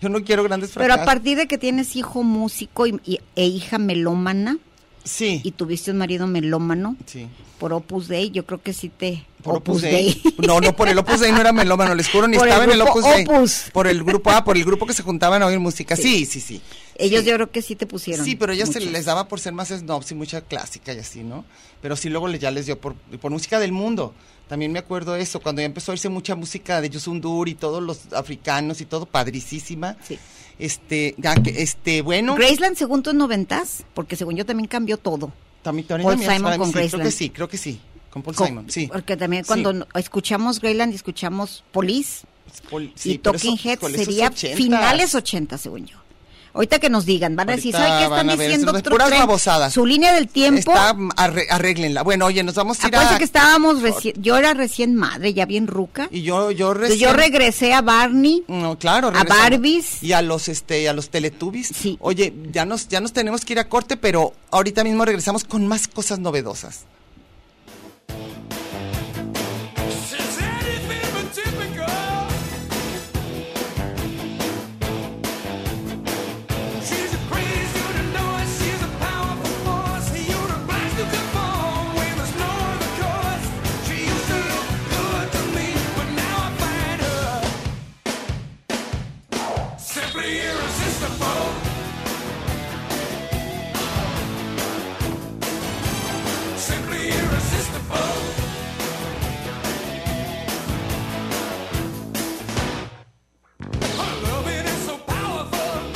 [SPEAKER 3] Yo no quiero grandes
[SPEAKER 1] Pero
[SPEAKER 3] fracasos.
[SPEAKER 1] a partir de que tienes hijo músico y, y- e hija melómana
[SPEAKER 3] sí,
[SPEAKER 1] y tuviste un marido melómano
[SPEAKER 3] sí.
[SPEAKER 1] por Opus Dei, yo creo que sí te
[SPEAKER 3] Por Opus *laughs* Dei. No, no, por el Opus Dei no era melómano, les juro, ni
[SPEAKER 1] Por el
[SPEAKER 3] estaba en el
[SPEAKER 1] grupo
[SPEAKER 3] Opus Dei.
[SPEAKER 1] Opus.
[SPEAKER 3] Por el grupo, ah, por el grupo que se juntaban a oír música. Sí, sí, sí.
[SPEAKER 1] Ellos
[SPEAKER 3] Sí.
[SPEAKER 1] yo creo que sí te pusieron.
[SPEAKER 3] Sí, pero ellas se
[SPEAKER 1] mucho.
[SPEAKER 3] les daba por ser más snobs y mucha clásica y así, ¿no? Pero sí luego le- ya les dio por, por música del mundo. También me acuerdo eso, cuando ya empezó a irse mucha música de Yusundur y todos los africanos y todo, padricísima.
[SPEAKER 1] Sí.
[SPEAKER 3] Este, ya que- este, bueno,
[SPEAKER 1] Graceland según tus noventas, porque según yo también cambió todo.
[SPEAKER 3] también, también-
[SPEAKER 1] Paul
[SPEAKER 3] también es
[SPEAKER 1] Simon
[SPEAKER 3] para mí,
[SPEAKER 1] con
[SPEAKER 3] sí, creo que
[SPEAKER 1] Graceland.
[SPEAKER 3] sí, creo que sí, con Paul
[SPEAKER 1] Co-
[SPEAKER 3] Simon, sí.
[SPEAKER 1] Porque también
[SPEAKER 3] Sí.
[SPEAKER 1] cuando no- escuchamos Graceland y escuchamos Police
[SPEAKER 3] Paul-
[SPEAKER 1] y
[SPEAKER 3] sí, pero eso-
[SPEAKER 1] Talking Heads
[SPEAKER 3] híjole, esos
[SPEAKER 1] sería
[SPEAKER 3] 80s.
[SPEAKER 1] finales 80 según yo. Ahorita que nos digan, van a decir,
[SPEAKER 3] Ahorita
[SPEAKER 1] ¿sabe qué
[SPEAKER 3] van
[SPEAKER 1] están
[SPEAKER 3] a ver,
[SPEAKER 1] diciendo?
[SPEAKER 3] son
[SPEAKER 1] otro
[SPEAKER 3] puras
[SPEAKER 1] tren?
[SPEAKER 3] babosadas.
[SPEAKER 1] Su línea del tiempo
[SPEAKER 3] Está, arre- arréglenla. Bueno, oye, nos vamos a ir
[SPEAKER 1] Acuérdense
[SPEAKER 3] a-
[SPEAKER 1] que estábamos recién, yo era recién madre, ya bien ruca.
[SPEAKER 3] Y yo, yo
[SPEAKER 1] Entonces,
[SPEAKER 3] recién-
[SPEAKER 1] yo regresé a Barney.
[SPEAKER 3] No, claro,
[SPEAKER 1] A
[SPEAKER 3] regresamos.
[SPEAKER 1] Barbies.
[SPEAKER 3] Y a los este, a los Teletubbies.
[SPEAKER 1] Sí.
[SPEAKER 3] Oye, ya nos, ya nos tenemos que ir a corte, pero ahorita mismo regresamos con más cosas novedosas.
[SPEAKER 2] It's anything but typical. She's a craze, you don't know it. She's a powerful force. You're obliged to conform. We must know the course. She used to look good to me, but now I find her simply irresistible. Simply irresistible. Her loving is so powerful.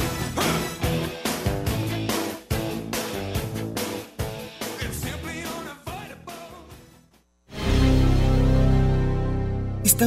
[SPEAKER 2] It's simply unavoidable.
[SPEAKER 4] Está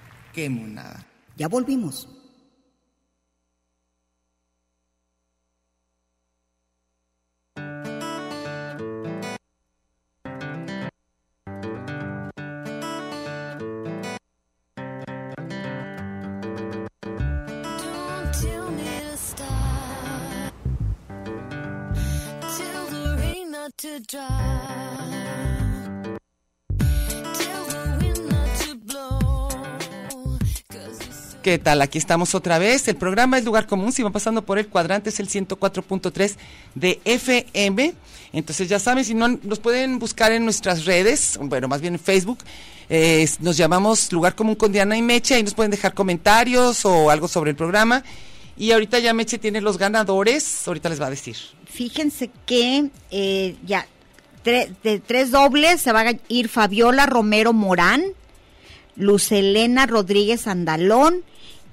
[SPEAKER 4] Qué monada.
[SPEAKER 1] Ya volvimos.
[SPEAKER 5] Don't tell me to stop. Tell the rain not to dry. Tell the wind not to blow. 'Cause it's so
[SPEAKER 3] ¿Qué tal? Aquí estamos otra vez. El programa es Lugar Común. Si van pasando por el cuadrante, es el 104.3 de FM. Entonces, ya saben, si no, nos pueden buscar en nuestras redes, bueno, más bien en Facebook. Eh, es- nos llamamos Lugar Común con Diana y Meche. Ahí nos pueden dejar comentarios o algo sobre el programa. Y ahorita ya Meche tiene los ganadores. Ahorita les va a decir.
[SPEAKER 1] Fíjense que eh, ya tre- de tres dobles se van a ir Fabiola Romero Morán, Luz Elena Rodríguez Andalón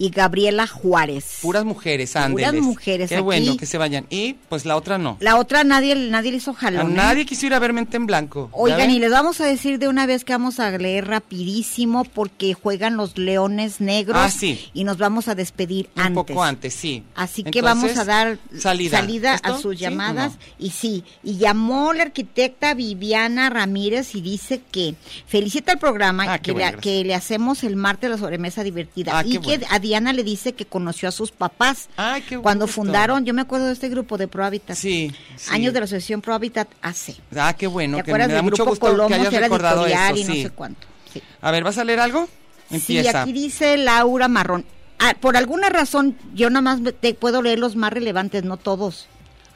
[SPEAKER 1] y Gabriela Juárez.
[SPEAKER 3] Puras mujeres, ándeles.
[SPEAKER 1] mujeres
[SPEAKER 3] Qué
[SPEAKER 1] aquí.
[SPEAKER 3] bueno que se vayan. Y pues la otra no.
[SPEAKER 1] La otra nadie, nadie le hizo
[SPEAKER 3] A
[SPEAKER 1] jalón. ¿eh?
[SPEAKER 3] nadie quiso ir a ver Mente en Blanco. ¿ya
[SPEAKER 1] Oigan,
[SPEAKER 3] ven?
[SPEAKER 1] y les vamos a decir de una vez que vamos a leer rapidísimo porque juegan los Leones Negros
[SPEAKER 3] Ah, sí.
[SPEAKER 1] y nos vamos a despedir
[SPEAKER 3] Un
[SPEAKER 1] antes.
[SPEAKER 3] poco antes, sí.
[SPEAKER 1] Así que
[SPEAKER 3] Entonces,
[SPEAKER 1] vamos a dar
[SPEAKER 3] salida,
[SPEAKER 1] salida,
[SPEAKER 3] ¿Esto?
[SPEAKER 1] a sus
[SPEAKER 3] ¿Sí o no?
[SPEAKER 1] llamadas. Y sí, y llamó la arquitecta Viviana Ramírez y dice que felicita el programa
[SPEAKER 3] Ah, qué
[SPEAKER 1] que,
[SPEAKER 3] bueno,
[SPEAKER 1] le,
[SPEAKER 3] gracias.
[SPEAKER 1] que le hacemos el martes la sobremesa divertida.
[SPEAKER 3] Ah,
[SPEAKER 1] y
[SPEAKER 3] qué
[SPEAKER 1] que
[SPEAKER 3] bueno.
[SPEAKER 1] a Diana le dice que conoció a sus papás
[SPEAKER 3] Ay, qué
[SPEAKER 1] cuando
[SPEAKER 3] gusto.
[SPEAKER 1] fundaron, yo me acuerdo de este grupo de ProHabitat.
[SPEAKER 3] Sí, sí.
[SPEAKER 1] Años de la asociación ProHabitat AC.
[SPEAKER 3] Ah, qué bueno,
[SPEAKER 1] ¿Te
[SPEAKER 3] que me
[SPEAKER 1] acuerdas
[SPEAKER 3] da
[SPEAKER 1] del
[SPEAKER 3] mucho
[SPEAKER 1] grupo
[SPEAKER 3] gusto que
[SPEAKER 1] Colomos
[SPEAKER 3] hayas
[SPEAKER 1] que era
[SPEAKER 3] recordado
[SPEAKER 1] editorial
[SPEAKER 3] eso,
[SPEAKER 1] y no
[SPEAKER 3] sí.
[SPEAKER 1] sé cuánto? Sí.
[SPEAKER 3] A ver, ¿vas a leer algo?
[SPEAKER 1] Sí,
[SPEAKER 3] Empieza.
[SPEAKER 1] aquí dice Laura Marrón. Ah, por alguna razón, yo nada más te puedo leer los más relevantes, no todos.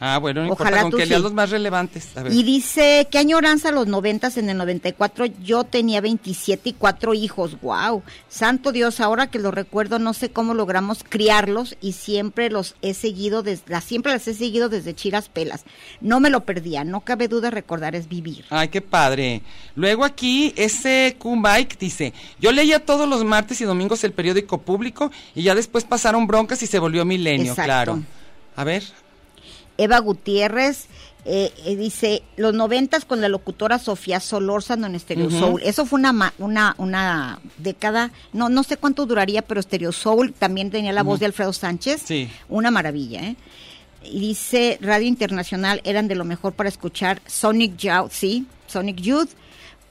[SPEAKER 3] Ah, bueno, no importa,
[SPEAKER 1] Ojalá
[SPEAKER 3] con
[SPEAKER 1] tú
[SPEAKER 3] que
[SPEAKER 1] sí.
[SPEAKER 3] leas los más relevantes. A ver.
[SPEAKER 1] Y dice, ¿qué añoranza los noventas? En el 94 yo tenía 27 y cuatro hijos. ¡Wow! Santo Dios, ahora que lo recuerdo, no sé cómo logramos criarlos y siempre los he seguido, desde, las- siempre las he seguido desde chiras pelas. No me lo perdía, no cabe duda recordar es vivir.
[SPEAKER 3] Ay, qué padre. Luego aquí, ese Kumbike dice, yo leía todos los martes y domingos el periódico público y ya después pasaron broncas y se volvió milenio,
[SPEAKER 1] Exacto.
[SPEAKER 3] claro. A ver,
[SPEAKER 1] Eva Gutiérrez eh, eh, dice los noventas con la locutora Sofía Solórzano en Stereo
[SPEAKER 3] Ujú.
[SPEAKER 1] Soul. Eso fue una ma- una una década, no no sé cuánto duraría, pero Stereo Soul también tenía la voz de Alfredo Sánchez.
[SPEAKER 3] Sí.
[SPEAKER 1] Una maravilla, ¿eh? Y dice Radio Internacional eran de lo mejor para escuchar Sonic Youth, sí, Sonic Youth.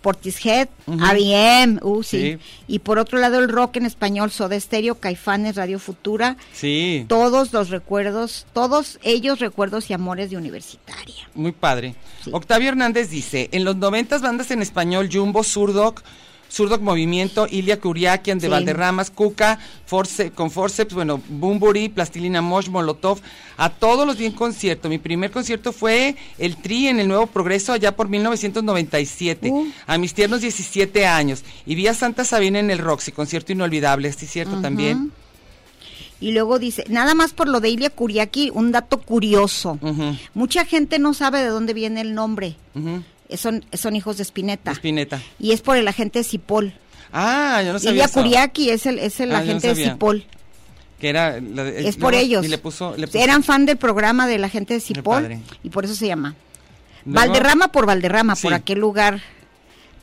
[SPEAKER 1] Portishead,
[SPEAKER 3] Ujú.
[SPEAKER 1] R.E.M., uh, sí.
[SPEAKER 3] Sí.
[SPEAKER 1] Y por otro lado el rock en español, Soda Stereo, Caifanes, Radio Futura,
[SPEAKER 3] sí,
[SPEAKER 1] todos los recuerdos, todos ellos recuerdos y amores de universitaria.
[SPEAKER 3] muy padre.
[SPEAKER 1] Sí.
[SPEAKER 3] Octavio Hernández dice, en los noventas bandas en español, Jumbo, Surdoc, Surdoc Movimiento, Ilia Curiaquian, De
[SPEAKER 1] Sí.
[SPEAKER 3] Valderramas, Cuca, Force, con Forceps, bueno, Bumburi, Plastilina Mosh, Molotov, a todos los bien concierto. Mi primer concierto fue el Tri en el Nuevo Progreso allá por 1997,
[SPEAKER 1] Uh.
[SPEAKER 3] a mis tiernos 17 años, y vi a Santa Sabina en el Roxy, concierto inolvidable, sí cierto también.
[SPEAKER 1] Y luego dice, nada más por lo de Ilia Kuriaki, un dato curioso.
[SPEAKER 3] Ujú,
[SPEAKER 1] Mucha gente no sabe de dónde viene el nombre.
[SPEAKER 3] ujú.
[SPEAKER 1] Eh, Son, son hijos de Spinetta.
[SPEAKER 3] Spinetta.
[SPEAKER 1] Y es por el agente Cipol.
[SPEAKER 3] Ah, yo no sabía
[SPEAKER 1] Ilia
[SPEAKER 3] eso.
[SPEAKER 1] Kuriaki es el, es el
[SPEAKER 3] Ah, yo no
[SPEAKER 1] agente de
[SPEAKER 3] sabía.
[SPEAKER 1] Cipol.
[SPEAKER 3] Que era la de-
[SPEAKER 6] eh,
[SPEAKER 1] es por
[SPEAKER 3] luego-
[SPEAKER 1] ellos.
[SPEAKER 3] Y le puso, le puso-
[SPEAKER 1] Eran fan del programa del agente de
[SPEAKER 3] Qué
[SPEAKER 1] Cipol
[SPEAKER 3] padre.
[SPEAKER 1] y por eso se llama.
[SPEAKER 3] Luego-
[SPEAKER 1] Valderrama por Valderrama, por
[SPEAKER 3] Sí.
[SPEAKER 1] aquel lugar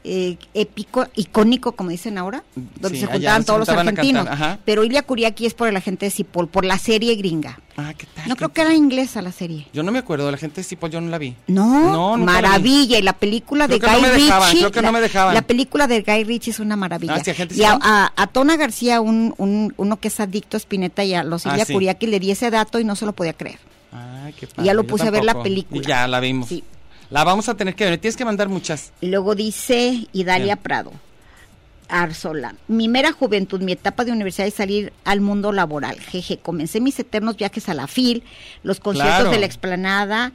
[SPEAKER 1] eh, épico, icónico, como dicen ahora, donde
[SPEAKER 3] Sí,
[SPEAKER 1] se
[SPEAKER 3] allá
[SPEAKER 1] juntaban
[SPEAKER 3] se
[SPEAKER 1] todos
[SPEAKER 3] juntaban a
[SPEAKER 1] los argentinos.
[SPEAKER 3] cantar, ajá.
[SPEAKER 1] Pero Ilia Curiaki es por el agente de Cipol, por la serie gringa.
[SPEAKER 3] Ah, ¿qué tal?
[SPEAKER 1] No
[SPEAKER 3] ¿Qué
[SPEAKER 1] creo que
[SPEAKER 3] tal?
[SPEAKER 1] era inglesa la serie.
[SPEAKER 3] Yo no me acuerdo, la gente sí, pues yo no la vi.
[SPEAKER 1] No,
[SPEAKER 3] No, nunca la vi.
[SPEAKER 1] maravilla. Y la película de
[SPEAKER 3] Creo que
[SPEAKER 1] Guy
[SPEAKER 3] no me dejaban,
[SPEAKER 1] Ritchie.
[SPEAKER 3] creo que
[SPEAKER 1] la,
[SPEAKER 3] no me dejaban.
[SPEAKER 1] la película de Guy Ritchie es una maravilla.
[SPEAKER 3] Ah, sí, Agente
[SPEAKER 1] y a,
[SPEAKER 3] Civil.
[SPEAKER 1] a- a Tona García, un, un- uno que es adicto a Spinetta y a los
[SPEAKER 3] Ah,
[SPEAKER 1] Ilia
[SPEAKER 3] sí.
[SPEAKER 1] Curiaki, le di ese dato y no se lo podía creer.
[SPEAKER 3] Ay, qué
[SPEAKER 1] Y ya lo
[SPEAKER 3] yo
[SPEAKER 1] puse a ver la
[SPEAKER 3] tampoco.
[SPEAKER 1] película.
[SPEAKER 3] Y ya la vimos.
[SPEAKER 1] Sí.
[SPEAKER 3] La vamos a tener que ver. Tienes que mandar muchas.
[SPEAKER 1] Y luego dice Idalia
[SPEAKER 3] Bien.
[SPEAKER 1] Prado. Arzola, mi mera juventud, mi etapa de universidad y salir al mundo laboral. Jeje, comencé mis eternos viajes a la FIL, los conciertos
[SPEAKER 3] Claro.
[SPEAKER 1] de la explanada,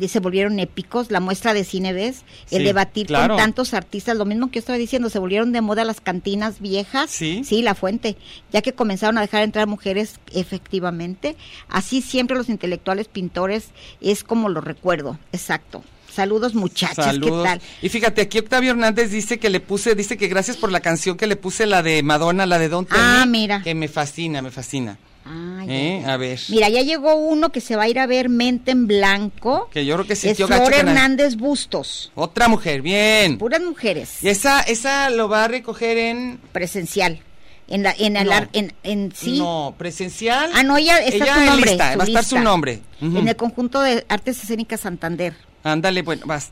[SPEAKER 1] y se volvieron épicos, la muestra de cine, ¿ves? El
[SPEAKER 6] Sí,
[SPEAKER 1] debatir
[SPEAKER 6] claro.
[SPEAKER 1] con tantos artistas, lo mismo que yo estaba diciendo, se volvieron de moda las cantinas viejas,
[SPEAKER 6] Sí.
[SPEAKER 1] la fuente, ya que comenzaron a dejar entrar mujeres efectivamente, así siempre los intelectuales pintores es como lo recuerdo, exacto. Saludos muchachos,
[SPEAKER 6] Saludos.
[SPEAKER 1] ¿qué tal?
[SPEAKER 6] Y fíjate, aquí Octavio Hernández dice que le puse, dice que gracias por la canción que le puse, la de Madonna, la de Don
[SPEAKER 1] Ah, mira.
[SPEAKER 6] Que me fascina, me fascina.
[SPEAKER 1] Ah, ya,
[SPEAKER 6] Eh,
[SPEAKER 1] ya.
[SPEAKER 6] A ver.
[SPEAKER 1] Mira, ya llegó uno que se va a ir a ver Mente en Blanco.
[SPEAKER 6] Que yo creo que
[SPEAKER 1] es
[SPEAKER 6] sintió gacho
[SPEAKER 1] Flor
[SPEAKER 6] que na-
[SPEAKER 1] Hernández Bustos.
[SPEAKER 6] Otra mujer, bien.
[SPEAKER 1] Puras mujeres.
[SPEAKER 6] Y esa, esa lo va a recoger en.
[SPEAKER 1] Presencial. En la, en, el
[SPEAKER 6] No.
[SPEAKER 1] ar- en, en sí.
[SPEAKER 6] No, presencial.
[SPEAKER 1] Ah, no, ella está
[SPEAKER 6] Ella
[SPEAKER 1] su
[SPEAKER 6] en
[SPEAKER 1] nombre.
[SPEAKER 6] lista,
[SPEAKER 1] su
[SPEAKER 6] va a estar su
[SPEAKER 1] lista.
[SPEAKER 6] nombre. Ujú.
[SPEAKER 1] En el conjunto de artes escénicas Santander.
[SPEAKER 6] Ándale, bueno, vas.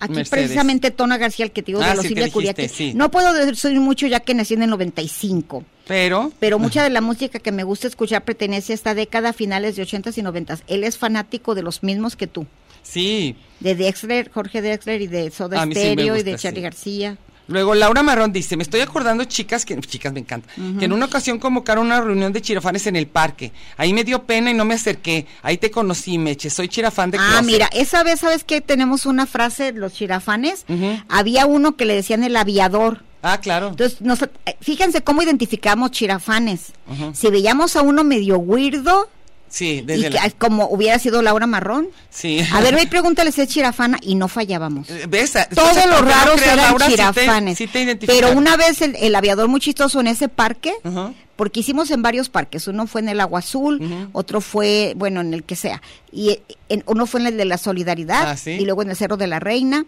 [SPEAKER 1] Aquí
[SPEAKER 6] Mercedes.
[SPEAKER 1] precisamente Tona García, el que te digo,
[SPEAKER 6] Ah,
[SPEAKER 1] de los
[SPEAKER 6] sí, que
[SPEAKER 1] Silvia
[SPEAKER 6] dijiste,
[SPEAKER 1] Curiaki.
[SPEAKER 6] sí.
[SPEAKER 1] No puedo decir mucho ya que nací en el 95.
[SPEAKER 6] Pero.
[SPEAKER 1] pero mucha de la música que me gusta escuchar pertenece a esta década, finales de 80s y 90s. Él es fanático de los mismos que tú,
[SPEAKER 6] Sí.
[SPEAKER 1] de Dexter, Jorge Dexter y de Soda
[SPEAKER 6] Ah, A mí sí me
[SPEAKER 1] Stereo y
[SPEAKER 6] gusta,
[SPEAKER 1] de Charlie
[SPEAKER 6] sí.
[SPEAKER 1] García.
[SPEAKER 6] Luego Laura Marrón dice, me estoy acordando chicas, que chicas me encanta, que en una ocasión convocaron una reunión de chirafanes en el parque. Ahí me dio pena y no me acerqué. Ahí te conocí, Meche, soy chirafán de
[SPEAKER 1] Ah,
[SPEAKER 6] closet.
[SPEAKER 1] mira, esa vez, ¿sabes qué? Tenemos una frase, los chirafanes,
[SPEAKER 6] Ujú.
[SPEAKER 1] había uno que le decían el aviador.
[SPEAKER 6] Ah, claro.
[SPEAKER 1] Entonces, nos- eh, fíjense cómo identificamos chirafanes.
[SPEAKER 6] Ujú.
[SPEAKER 1] Si veíamos a uno medio weirdo,
[SPEAKER 6] Sí,
[SPEAKER 1] y
[SPEAKER 6] desde
[SPEAKER 1] que-
[SPEAKER 6] la...
[SPEAKER 1] como hubiera sido Laura Marrón.
[SPEAKER 6] Sí.
[SPEAKER 1] A ver, ve y pregúntale si es chirafana y no fallábamos.
[SPEAKER 6] *laughs* Eh, ¿Ves? Ah,
[SPEAKER 1] todos
[SPEAKER 6] fíjate,
[SPEAKER 1] los
[SPEAKER 6] aunque no
[SPEAKER 1] raros
[SPEAKER 6] creas,
[SPEAKER 1] eran
[SPEAKER 6] Laura, sí te-
[SPEAKER 1] chirafanes.
[SPEAKER 6] sí te identifican.
[SPEAKER 1] pero una vez el, el aviador muy chistoso en ese parque,
[SPEAKER 6] Ajá.
[SPEAKER 1] porque hicimos en varios parques. Uno fue en el Agua Azul,
[SPEAKER 6] Ujú.
[SPEAKER 1] otro fue, bueno, en el que sea. Y eh, en- uno fue en el de la Solidaridad,
[SPEAKER 6] Ah, ¿sí?
[SPEAKER 1] y luego en el Cerro de la Reina.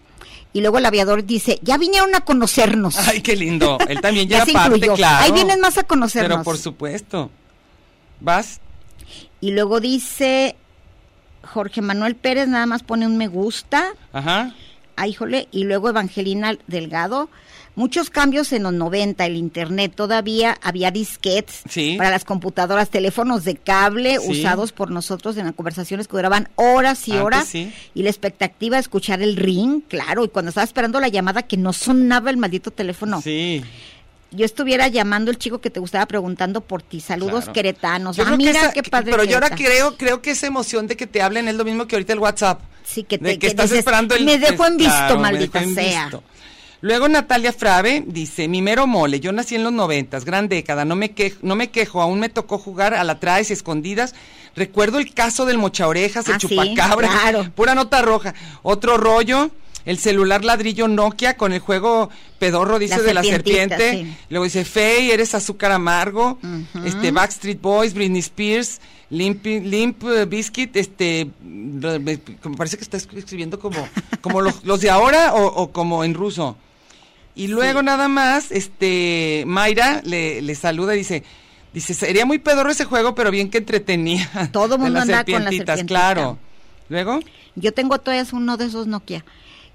[SPEAKER 1] Y luego el aviador dice, ya vinieron a conocernos.
[SPEAKER 6] Ay, qué lindo. Él también
[SPEAKER 1] Ya
[SPEAKER 6] ya,
[SPEAKER 1] se
[SPEAKER 6] parte,
[SPEAKER 1] incluyó.
[SPEAKER 6] claro.
[SPEAKER 1] Ahí vienen más a conocernos.
[SPEAKER 6] Pero por supuesto. ¿Vas?
[SPEAKER 1] Y luego dice Jorge Manuel Pérez, nada más pone un me gusta.
[SPEAKER 6] Ajá.
[SPEAKER 1] Ay, jole, Ah, y luego Evangelina Delgado. Muchos cambios en los 90, el internet, todavía había disquets
[SPEAKER 6] Sí.
[SPEAKER 1] para las computadoras, teléfonos de cable
[SPEAKER 6] Sí.
[SPEAKER 1] usados por nosotros en las conversaciones que duraban horas y
[SPEAKER 6] Antes
[SPEAKER 1] horas.
[SPEAKER 6] sí.
[SPEAKER 1] Y la expectativa de escuchar el ring, claro, y cuando estaba esperando la llamada que no sonaba el maldito teléfono.
[SPEAKER 6] Sí.
[SPEAKER 1] Yo estuviera llamando al chico que te gustaba preguntando por ti. Saludos
[SPEAKER 6] Claro.
[SPEAKER 1] queretanos.
[SPEAKER 6] Yo
[SPEAKER 1] Ah,
[SPEAKER 6] creo que
[SPEAKER 1] mira
[SPEAKER 6] esa-
[SPEAKER 1] qué padre.
[SPEAKER 6] Pero yo ahora
[SPEAKER 1] Querétaro.
[SPEAKER 6] creo, creo que esa emoción de que te hablen es lo mismo que ahorita el WhatsApp.
[SPEAKER 1] Sí, que
[SPEAKER 6] de
[SPEAKER 1] te-
[SPEAKER 6] que,
[SPEAKER 1] que
[SPEAKER 6] estás
[SPEAKER 1] dices,
[SPEAKER 6] esperando el pues,
[SPEAKER 1] "Me dejó en visto,
[SPEAKER 6] me
[SPEAKER 1] maldita
[SPEAKER 6] dejó en
[SPEAKER 1] sea".
[SPEAKER 6] visto. Luego Natalia Frave dice, mi mero mole, yo nací en los noventas, gran década, no me, quejo, no me quejo, aún me tocó jugar a la traes y escondidas. Recuerdo el caso del mochaorejas, el
[SPEAKER 1] Ah, sí,
[SPEAKER 6] chupacabra,
[SPEAKER 1] claro.
[SPEAKER 6] *laughs* pura nota roja. Otro rollo, el celular ladrillo Nokia con el juego pedorro, dice, de la
[SPEAKER 1] serpientita,
[SPEAKER 6] serpiente.
[SPEAKER 1] sí.
[SPEAKER 6] Luego dice, Fey, eres azúcar amargo,
[SPEAKER 1] Ujú.
[SPEAKER 6] este Backstreet Boys, Britney Spears, Limp, Limp eh, Bizkit, este, re- me como parece que está escri- escribiendo como, como los, los de ahora o, o como en ruso. Y luego nada más, este, Mayra le, le saluda y dice, dice, sería muy pedorro ese juego, pero bien que entretenía.
[SPEAKER 1] Todo
[SPEAKER 6] *laughs* De
[SPEAKER 1] mundo
[SPEAKER 6] las
[SPEAKER 1] andaba con la
[SPEAKER 6] serpientitas,
[SPEAKER 1] serpientita.
[SPEAKER 6] Claro. Luego,
[SPEAKER 1] Yo tengo todavía uno de esos Nokia.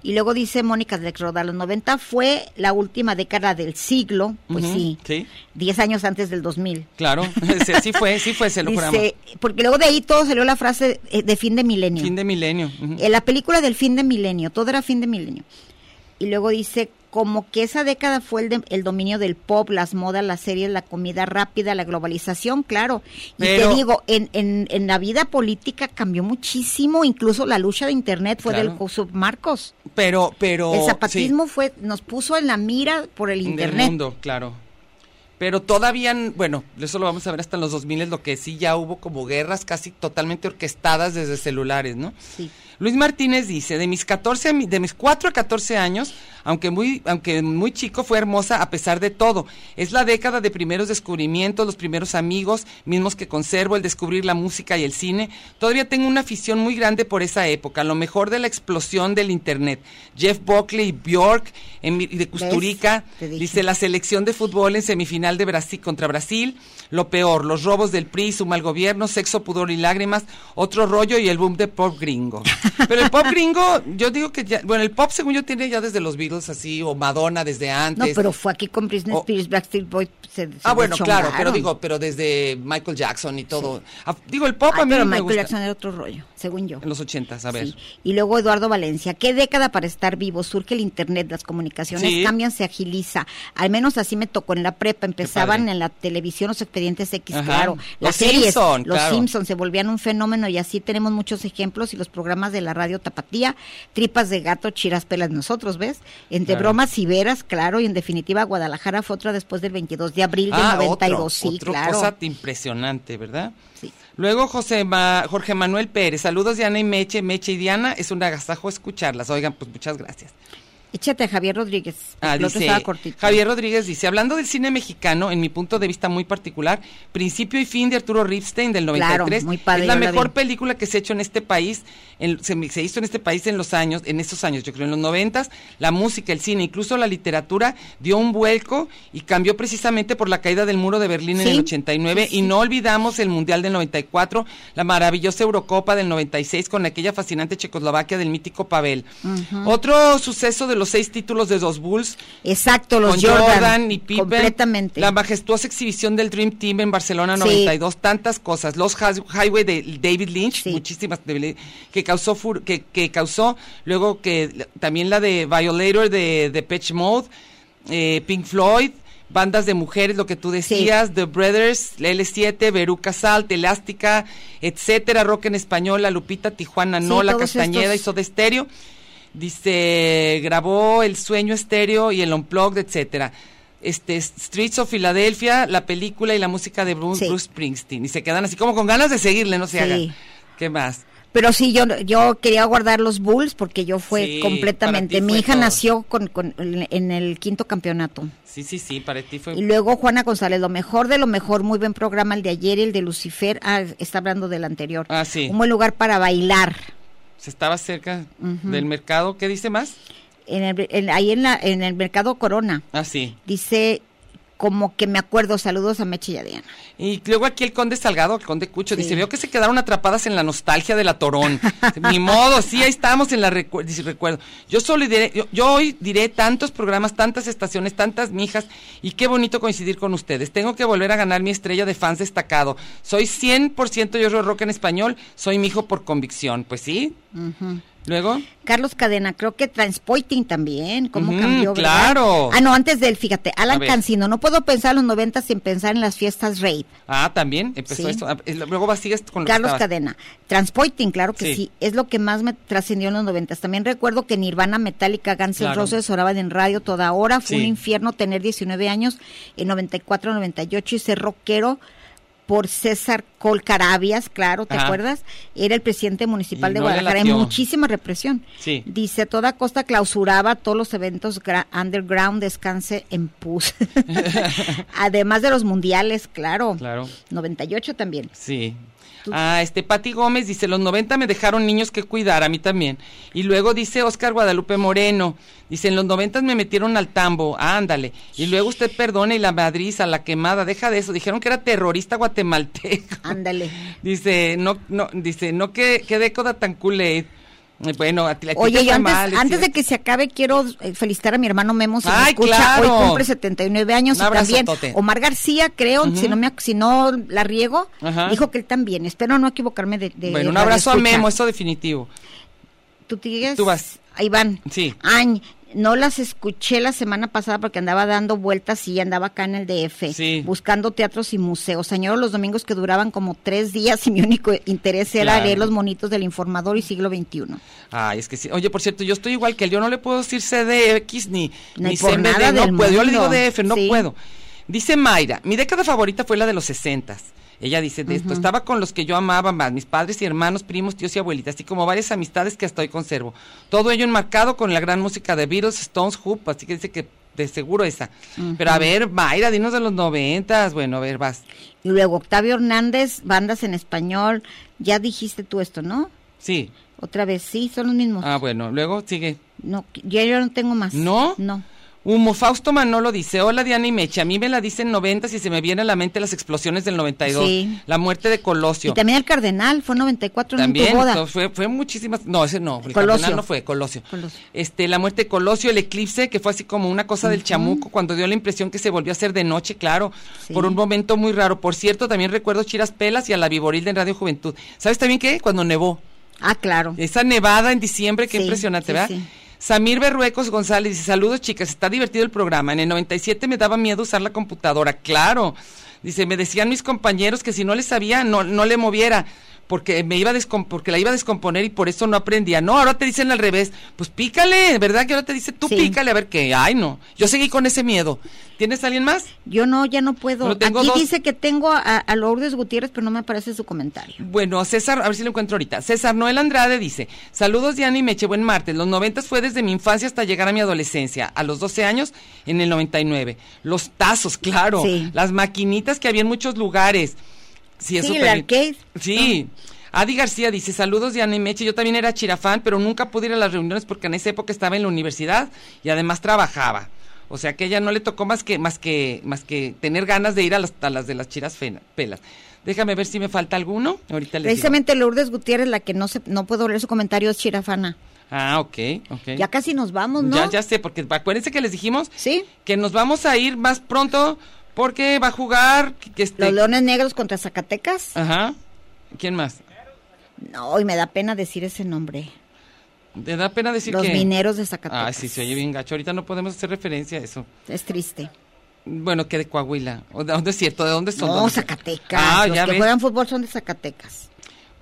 [SPEAKER 1] Y luego dice Mónica de Roda, los 90 fue la última década del siglo, pues
[SPEAKER 6] Ujú,
[SPEAKER 1] sí,
[SPEAKER 6] sí.
[SPEAKER 1] 10 años antes del 2000.
[SPEAKER 6] claro, *laughs* sí, sí fue, sí fue, se lo juramos.
[SPEAKER 1] Dice, porque luego de ahí todo salió la frase eh, de fin de milenio.
[SPEAKER 6] Fin de milenio. ujú.
[SPEAKER 1] Eh, la película del fin de milenio, todo era fin de milenio. Y luego dice, como que esa década fue el, de- el dominio del pop, las modas, las series, la comida rápida, la globalización, claro. Y
[SPEAKER 6] Pero-
[SPEAKER 1] te digo, en, en, en la vida política cambió muchísimo, incluso la lucha de Internet fue
[SPEAKER 6] Claro.
[SPEAKER 1] del submarcos.
[SPEAKER 6] Pero, pero.
[SPEAKER 1] El
[SPEAKER 6] sí.
[SPEAKER 1] zapatismo fue, nos puso en la mira por el
[SPEAKER 6] Del
[SPEAKER 1] internet.
[SPEAKER 6] mundo, claro. Pero todavía, n- bueno, eso lo vamos a ver hasta en los 2000, lo que sí ya hubo como guerras casi totalmente orquestadas desde celulares, ¿no?
[SPEAKER 1] Sí.
[SPEAKER 6] Luis Martínez dice, de mis 14 a mi- de mis 4 a 14 años, aunque muy aunque muy chico fue hermosa a pesar de todo. Es la década de primeros descubrimientos, los primeros amigos, mismos que conservo, el descubrir la música y el cine. Todavía tengo una afición muy grande por esa época, lo mejor de la explosión del internet. Jeff Buckley, Bjork, Emi- de Custurica,
[SPEAKER 1] Te dije.
[SPEAKER 6] dice la selección de fútbol en semifinal de Brasil contra Brasil, lo peor, los robos del PRI, su mal gobierno, sexo, pudor y lágrimas, otro rollo y el boom de pop gringo. Pero el pop gringo, yo digo que ya, bueno, el pop según yo tiene ya desde los Beatles así o Madonna desde antes.
[SPEAKER 1] No, pero fue aquí con Britney
[SPEAKER 6] Oh.
[SPEAKER 1] Spears, Backstreet Boys. se- se
[SPEAKER 6] Ah, bueno, claro, pero
[SPEAKER 1] deschongaron.
[SPEAKER 6] digo, pero desde Michael Jackson y todo. Ah, digo, el pop
[SPEAKER 1] Ay,
[SPEAKER 6] a mí
[SPEAKER 1] pero
[SPEAKER 6] no me
[SPEAKER 1] Michael
[SPEAKER 6] gusta.
[SPEAKER 1] Jackson era otro rollo, según yo.
[SPEAKER 6] En los ochentas, a ver.
[SPEAKER 1] Sí. Y luego Eduardo Valencia, ¿qué década para estar vivo? Surge el Internet, las comunicaciones
[SPEAKER 6] Sí.
[SPEAKER 1] cambian, se agiliza. Al menos así me tocó en la prepa. Empezaban
[SPEAKER 6] padre.
[SPEAKER 1] en la televisión los expedientes X,
[SPEAKER 6] Ajá.
[SPEAKER 1] claro.
[SPEAKER 6] Los
[SPEAKER 1] Las series,
[SPEAKER 6] Simpson,
[SPEAKER 1] los
[SPEAKER 6] claro.
[SPEAKER 1] Simpsons se volvían un fenómeno y así tenemos muchos ejemplos y los programas de la radio Tapatía, Tripas de Gato, Chiras Pelas Nosotros, ¿ves? Entre
[SPEAKER 6] Claro.
[SPEAKER 1] bromas y veras, claro, y en definitiva Guadalajara fue otra después del 22 de abril
[SPEAKER 6] Ah,
[SPEAKER 1] del
[SPEAKER 6] otro,
[SPEAKER 1] 92, sí,
[SPEAKER 6] otro
[SPEAKER 1] claro.
[SPEAKER 6] cosa impresionante, ¿verdad?
[SPEAKER 1] Sí.
[SPEAKER 6] Luego José Ma- Jorge Manuel Pérez, saludos Diana y Meche, Meche y Diana, es un agasajo escucharlas. Oigan, pues muchas gracias.
[SPEAKER 1] Échate a Javier Rodríguez,
[SPEAKER 6] Ah,
[SPEAKER 1] el otro
[SPEAKER 6] dice,
[SPEAKER 1] estaba cortito.
[SPEAKER 6] Javier Rodríguez dice, hablando del cine mexicano, en mi punto de vista muy particular, principio y fin de Arturo Ripstein del
[SPEAKER 1] Claro,
[SPEAKER 6] 93,
[SPEAKER 1] muy padre,
[SPEAKER 6] es la
[SPEAKER 1] yo la
[SPEAKER 6] mejor
[SPEAKER 1] vi.
[SPEAKER 6] película que se ha hecho en este país, en- se, se hizo en este país en los años, en estos años, yo creo en los noventas, la música, el cine, incluso la literatura dio un vuelco y cambió precisamente por la caída del muro de Berlín en
[SPEAKER 1] Sí,
[SPEAKER 6] el 89 y no olvidamos el Mundial del 94, la maravillosa Eurocopa del 96 con aquella fascinante Checoslovaquia del mítico Pavel. Otro suceso de los seis títulos de los Bulls
[SPEAKER 1] Exacto, los
[SPEAKER 6] con
[SPEAKER 1] Jordan,
[SPEAKER 6] Jordan, y Pippen,
[SPEAKER 1] completamente.
[SPEAKER 6] la majestuosa exhibición del Dream Team en Barcelona
[SPEAKER 1] Sí.
[SPEAKER 6] 92, tantas cosas, los Has- Highway de David Lynch,
[SPEAKER 1] Sí.
[SPEAKER 6] muchísimas de- que causó fur- que, que causó luego que la- también la de Violator de de Pitch Mode, eh, Pink Floyd, bandas de mujeres, lo que tú decías, The Brothers, la L7, Veruca Salt, Elástica, etcétera, rock en español, La Lupita, Tijuana,
[SPEAKER 1] Sí,
[SPEAKER 6] no, La
[SPEAKER 1] todos
[SPEAKER 6] Castañeda
[SPEAKER 1] estos-
[SPEAKER 6] y Soda Estéreo. Dice, grabó El Sueño Estéreo y El Unplugged, etcétera. Este, Streets of Philadelphia, la película y la música de Bruce,
[SPEAKER 1] Sí.
[SPEAKER 6] Bruce Springsteen. Y se quedan así como con ganas de seguirle, no se
[SPEAKER 1] Sí.
[SPEAKER 6] hagan. ¿Qué más?
[SPEAKER 1] Pero sí, yo, yo quería guardar los Bulls porque yo fue
[SPEAKER 6] Sí,
[SPEAKER 1] completamente.
[SPEAKER 6] para ti
[SPEAKER 1] Mi
[SPEAKER 6] fue
[SPEAKER 1] hija
[SPEAKER 6] todo.
[SPEAKER 1] nació con, con- en el quinto campeonato.
[SPEAKER 6] Sí, sí, sí, para ti fue...
[SPEAKER 1] Y luego Juana González, lo mejor de lo mejor, muy buen programa el de ayer y el de Lucifer. Ah, está hablando del anterior.
[SPEAKER 6] Ah, sí.
[SPEAKER 1] Un buen lugar para bailar.
[SPEAKER 6] Se estaba cerca del mercado. ¿Qué dice más?
[SPEAKER 1] En el- en- ahí en, la, en el mercado Corona.
[SPEAKER 6] Ah, sí.
[SPEAKER 1] Dice, como que me acuerdo, saludos a Meche y a Diana.
[SPEAKER 6] Y luego aquí el conde Salgado, el conde Cucho,
[SPEAKER 1] Sí.
[SPEAKER 6] dice, veo que se quedaron atrapadas en la nostalgia de
[SPEAKER 1] *laughs*
[SPEAKER 6] la Torón. Ni modo, sí, ahí estamos en la recu- dice, recuerdo. Yo solo diré, yo, yo hoy diré tantos programas, tantas estaciones, tantas mijas, y qué bonito coincidir con ustedes. Tengo que volver a ganar mi estrella de fans destacado. Soy 100% yo soy rock en español, soy mi hijo por convicción. Pues sí. Luego,
[SPEAKER 1] Carlos Cadena, creo que Transpoiting también, cómo
[SPEAKER 6] Ujú,
[SPEAKER 1] cambió, ¿verdad?
[SPEAKER 6] claro.
[SPEAKER 1] Ah, no, antes del, fíjate,
[SPEAKER 6] A
[SPEAKER 1] Alan
[SPEAKER 6] ver.
[SPEAKER 1] Cancino, no puedo pensar en los 90 sin pensar en las fiestas rave.
[SPEAKER 6] ah, también empezó
[SPEAKER 1] Sí.
[SPEAKER 6] esto. Ah, eh, Luego vas, sigues con lo que
[SPEAKER 1] Carlos
[SPEAKER 6] estabas.
[SPEAKER 1] Cadena, Transpoiting, claro que
[SPEAKER 6] Sí.
[SPEAKER 1] sí. es lo que más me trascendió en los 90. También recuerdo que Nirvana, Metallica, Guns N'
[SPEAKER 6] Claro.
[SPEAKER 1] Roses oraban en radio toda hora, fue un
[SPEAKER 6] Sí.
[SPEAKER 1] infierno tener 19 años en 94, 98 y ser rockero por César Colcarabias, claro, ¿te
[SPEAKER 6] Ajá.
[SPEAKER 1] acuerdas? Era el presidente municipal
[SPEAKER 6] Y
[SPEAKER 1] de
[SPEAKER 6] no le
[SPEAKER 1] Guadalajara, hay
[SPEAKER 6] latió.
[SPEAKER 1] muchísima represión.
[SPEAKER 6] Sí.
[SPEAKER 1] Dice, a toda costa clausuraba todos los eventos gra- underground, descanse en pus. *laughs* Además de los mundiales, claro.
[SPEAKER 6] Claro.
[SPEAKER 1] 98 también.
[SPEAKER 6] Sí.
[SPEAKER 1] Tú-
[SPEAKER 6] Ah, este Pati Gómez dice, los 90 me dejaron niños que cuidar, a mí también. Y luego dice Oscar Guadalupe Moreno, dice, en los 90 me metieron al tambo, ándale. Y luego usted perdone y la madriza, la quemada, deja de eso. Dijeron que era terrorista guatemalteco.
[SPEAKER 1] Ándale.
[SPEAKER 6] *laughs* Dice, no, no, dice, no, que, qué décoda tan cool Bueno, a ti, a ti
[SPEAKER 1] Oye,
[SPEAKER 6] te
[SPEAKER 1] y
[SPEAKER 6] fue
[SPEAKER 1] antes,
[SPEAKER 6] mal,
[SPEAKER 1] antes de
[SPEAKER 6] etcétera.
[SPEAKER 1] que se acabe, quiero eh, felicitar a mi hermano Memo. Si me
[SPEAKER 6] ¡Ay,
[SPEAKER 1] escucha,
[SPEAKER 6] claro!
[SPEAKER 1] hoy cumple 79 años
[SPEAKER 6] Un
[SPEAKER 1] y también
[SPEAKER 6] abrazotote.
[SPEAKER 1] Omar García, creo, si, no me, ac- si no la riego,
[SPEAKER 6] Ajá.
[SPEAKER 1] dijo que él también. Espero no equivocarme de. de
[SPEAKER 6] Bueno, un
[SPEAKER 1] radio
[SPEAKER 6] abrazo a
[SPEAKER 1] escucha.
[SPEAKER 6] Memo, eso definitivo.
[SPEAKER 1] ¿Tú tienes?
[SPEAKER 6] Tú vas.
[SPEAKER 1] A Iván.
[SPEAKER 6] Sí.
[SPEAKER 1] Ay, no las escuché la semana pasada porque andaba dando vueltas y andaba acá en el DF.
[SPEAKER 6] Sí.
[SPEAKER 1] Buscando teatros y museos. Señor, los domingos que duraban como tres días y mi único interés era
[SPEAKER 6] Claro.
[SPEAKER 1] leer los monitos del Informador y siglo XXI.
[SPEAKER 6] Ay, es que sí. Oye, por cierto, yo estoy igual que él. Yo no le puedo decir CDX ni,
[SPEAKER 1] Ni
[SPEAKER 6] ni
[SPEAKER 1] por
[SPEAKER 6] CMD.
[SPEAKER 1] nada
[SPEAKER 6] no
[SPEAKER 1] del
[SPEAKER 6] puedo. Yo le digo
[SPEAKER 1] mundo.
[SPEAKER 6] DF, no
[SPEAKER 1] Sí.
[SPEAKER 6] puedo. Dice Mayra, mi década favorita fue la de los 60. Ella dice de esto, estaba con los que yo amaba más, mis padres y hermanos, primos, tíos y abuelitas, así como varias amistades que hasta hoy conservo. Todo ello enmarcado con la gran música de Beatles, Stones, Hoop, así que dice que de seguro esa. Pero a ver, Mayra, dinos de los noventas, bueno, a ver, vas.
[SPEAKER 1] Y luego Octavio Hernández, bandas en español. Ya dijiste tú esto, ¿no?
[SPEAKER 6] Sí.
[SPEAKER 1] Otra vez, sí, son los mismos.
[SPEAKER 6] Ah, bueno, luego sigue.
[SPEAKER 1] No, ya yo no tengo más.
[SPEAKER 6] ¿No?
[SPEAKER 1] No.
[SPEAKER 6] Humo, Fausto Manolo dice, hola Diana y Meche, a mí me la dicen 90 y se me viene a la mente las explosiones del 92,
[SPEAKER 1] Sí.
[SPEAKER 6] la muerte de Colosio.
[SPEAKER 1] Y también el Cardenal, fue 94 en
[SPEAKER 6] También,
[SPEAKER 1] tu boda.
[SPEAKER 6] to- fue, fue muchísimas, no, ese no, el
[SPEAKER 1] Colosio.
[SPEAKER 6] cardenal no fue, Colosio.
[SPEAKER 1] Colosio.
[SPEAKER 6] Este, la muerte de Colosio, el eclipse, que fue así como una cosa del chamuco, cuando dio la impresión que se volvió a hacer de noche, claro,
[SPEAKER 1] Sí.
[SPEAKER 6] por un momento muy raro. Por cierto, también recuerdo Chiras Pelas y a la Viboril de Radio Juventud. ¿Sabes también qué? Cuando nevó.
[SPEAKER 1] Ah, claro.
[SPEAKER 6] Esa nevada en diciembre, qué
[SPEAKER 1] Sí,
[SPEAKER 6] impresionante,
[SPEAKER 1] sí,
[SPEAKER 6] ¿verdad?
[SPEAKER 1] sí.
[SPEAKER 6] Samir Berruecos González dice, saludos chicas, está divertido el programa. En el 97 me daba miedo usar la computadora, claro. Dice, me decían mis compañeros que si no le sabía, no, no le moviera. porque me iba a descom- porque la iba a descomponer y por eso no aprendía. No, ahora te dicen al revés, pues pícale, ¿verdad? Que ahora te dice tú
[SPEAKER 1] Sí.
[SPEAKER 6] pícale, a ver qué. Ay, no. Yo seguí con ese miedo. ¿Tienes alguien más?
[SPEAKER 1] Yo no, ya no puedo.
[SPEAKER 6] Pero tengo
[SPEAKER 1] Aquí
[SPEAKER 6] dos-
[SPEAKER 1] dice que tengo a, a Lourdes Gutiérrez, pero no me aparece su comentario.
[SPEAKER 6] Bueno, César, a ver si lo encuentro ahorita. César Noel Andrade dice, saludos Diana y Meche, buen martes. Los 90 fue desde mi infancia hasta llegar a mi adolescencia, a los 12 años en el 99. Los tazos, claro.
[SPEAKER 1] Sí.
[SPEAKER 6] Las maquinitas que había en muchos lugares. Sí, eso
[SPEAKER 1] Sí, el
[SPEAKER 6] permi-
[SPEAKER 1] arcade.
[SPEAKER 6] Sí. Adi García dice, saludos Diana y Meche, yo también era chirafán, pero nunca pude ir a las reuniones porque en esa época estaba en la universidad y además trabajaba. O sea que a ella no le tocó más que, más que, más que tener ganas de ir a las, a las de las chiras fena- pelas. Déjame ver si me falta alguno. Ahorita les digo.
[SPEAKER 1] Precisamente Lourdes Gutiérrez, la que no se, no puedo leer su comentario, es Chirafana.
[SPEAKER 6] Ah, ok, ok.
[SPEAKER 1] Ya casi nos vamos, ¿no?
[SPEAKER 6] ya, ya sé, porque acuérdense que les dijimos
[SPEAKER 1] Sí.
[SPEAKER 6] que nos vamos a ir más pronto porque va a jugar que- que este...
[SPEAKER 1] Los Leones Negros contra Zacatecas.
[SPEAKER 6] Ajá. ¿Quién más?
[SPEAKER 1] No, y me da pena decir ese nombre.
[SPEAKER 6] ¿Te da pena decir
[SPEAKER 1] Los
[SPEAKER 6] que...?
[SPEAKER 1] mineros de Zacatecas.
[SPEAKER 6] Ay, sí, se oye bien gacho. Ahorita no podemos hacer referencia a eso.
[SPEAKER 1] Es triste.
[SPEAKER 6] Bueno, que de Coahuila. ¿O ¿De dónde es cierto? ¿De dónde son?
[SPEAKER 1] No,
[SPEAKER 6] ¿Dónde-
[SPEAKER 1] Zacatecas.
[SPEAKER 6] Ah,
[SPEAKER 1] Los
[SPEAKER 6] ya
[SPEAKER 1] que
[SPEAKER 6] ves.
[SPEAKER 1] juegan fútbol son de Zacatecas.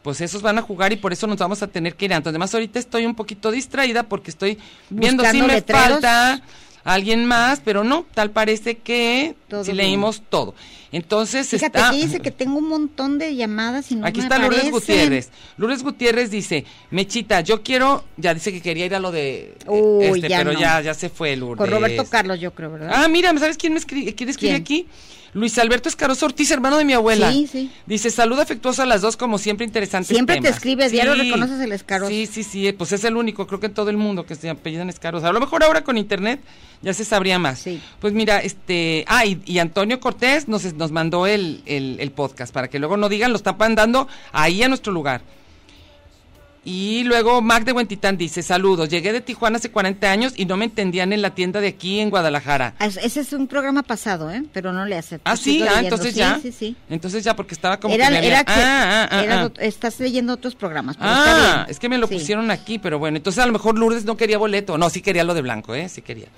[SPEAKER 6] Pues esos van a jugar y por eso nos vamos a tener que ir. Entonces, además, ahorita estoy un poquito distraída porque estoy viendo si
[SPEAKER 1] Buscando
[SPEAKER 6] me
[SPEAKER 1] letreros.
[SPEAKER 6] falta alguien más, pero no, tal parece que
[SPEAKER 1] Todo
[SPEAKER 6] si
[SPEAKER 1] bien.
[SPEAKER 6] leímos todo. Entonces,
[SPEAKER 1] Fíjate
[SPEAKER 6] está...
[SPEAKER 1] que dice que tengo un montón de llamadas y no
[SPEAKER 6] Aquí
[SPEAKER 1] me
[SPEAKER 6] está Lourdes
[SPEAKER 1] aparecen.
[SPEAKER 6] Gutiérrez. Lourdes Gutiérrez dice, Mechita, yo quiero, ya dice que quería ir a lo de... eh,
[SPEAKER 1] Uy,
[SPEAKER 6] este,
[SPEAKER 1] ya
[SPEAKER 6] pero
[SPEAKER 1] no.
[SPEAKER 6] ya, ya se fue Lourdes.
[SPEAKER 1] Con Roberto Carlos, yo creo, ¿verdad?
[SPEAKER 6] Ah, mira, ¿sabes quién, me escribe, quién escribe
[SPEAKER 1] ¿Quién?
[SPEAKER 6] aquí? Luis Alberto Escaroso Ortiz, hermano de mi abuela.
[SPEAKER 1] Sí, sí.
[SPEAKER 6] Dice, saludo afectuoso a las dos, como siempre, interesantes
[SPEAKER 1] Siempre te
[SPEAKER 6] temas".
[SPEAKER 1] escribe, diario reconoces el Escaroso.
[SPEAKER 6] Sí, sí, sí, eh, pues es el único, creo que en todo el mundo que se apellidan Escaroso. A lo mejor ahora con internet ya se sabría más.
[SPEAKER 1] Sí.
[SPEAKER 6] Pues mira, este, ah, y, y Antonio Cortés nos, nos mandó el, el, el podcast, para que luego no digan, lo están mandando ahí a nuestro lugar. Y luego Mac de Huentitán dice, saludos, llegué de Tijuana hace 40 años y no me entendían en la tienda de aquí en Guadalajara.
[SPEAKER 1] Ah, Ese es un programa pasado, ¿eh? Pero no le hace.
[SPEAKER 6] Ah, sí,
[SPEAKER 1] Sigo
[SPEAKER 6] ah,
[SPEAKER 1] leyendo.
[SPEAKER 6] entonces
[SPEAKER 1] Sí,
[SPEAKER 6] ya.
[SPEAKER 1] Sí, sí.
[SPEAKER 6] Entonces ya, porque estaba como
[SPEAKER 1] Era,
[SPEAKER 6] que me había-
[SPEAKER 1] era que
[SPEAKER 6] Ah, ah, ah,
[SPEAKER 1] era
[SPEAKER 6] ah.
[SPEAKER 1] ot- estás leyendo otros programas. pero está
[SPEAKER 6] Ah,
[SPEAKER 1] bien.
[SPEAKER 6] es que me lo
[SPEAKER 1] Sí.
[SPEAKER 6] pusieron aquí, pero bueno, entonces a lo mejor Lourdes no quería boleto. No, sí quería lo de blanco, ¿eh? Sí quería.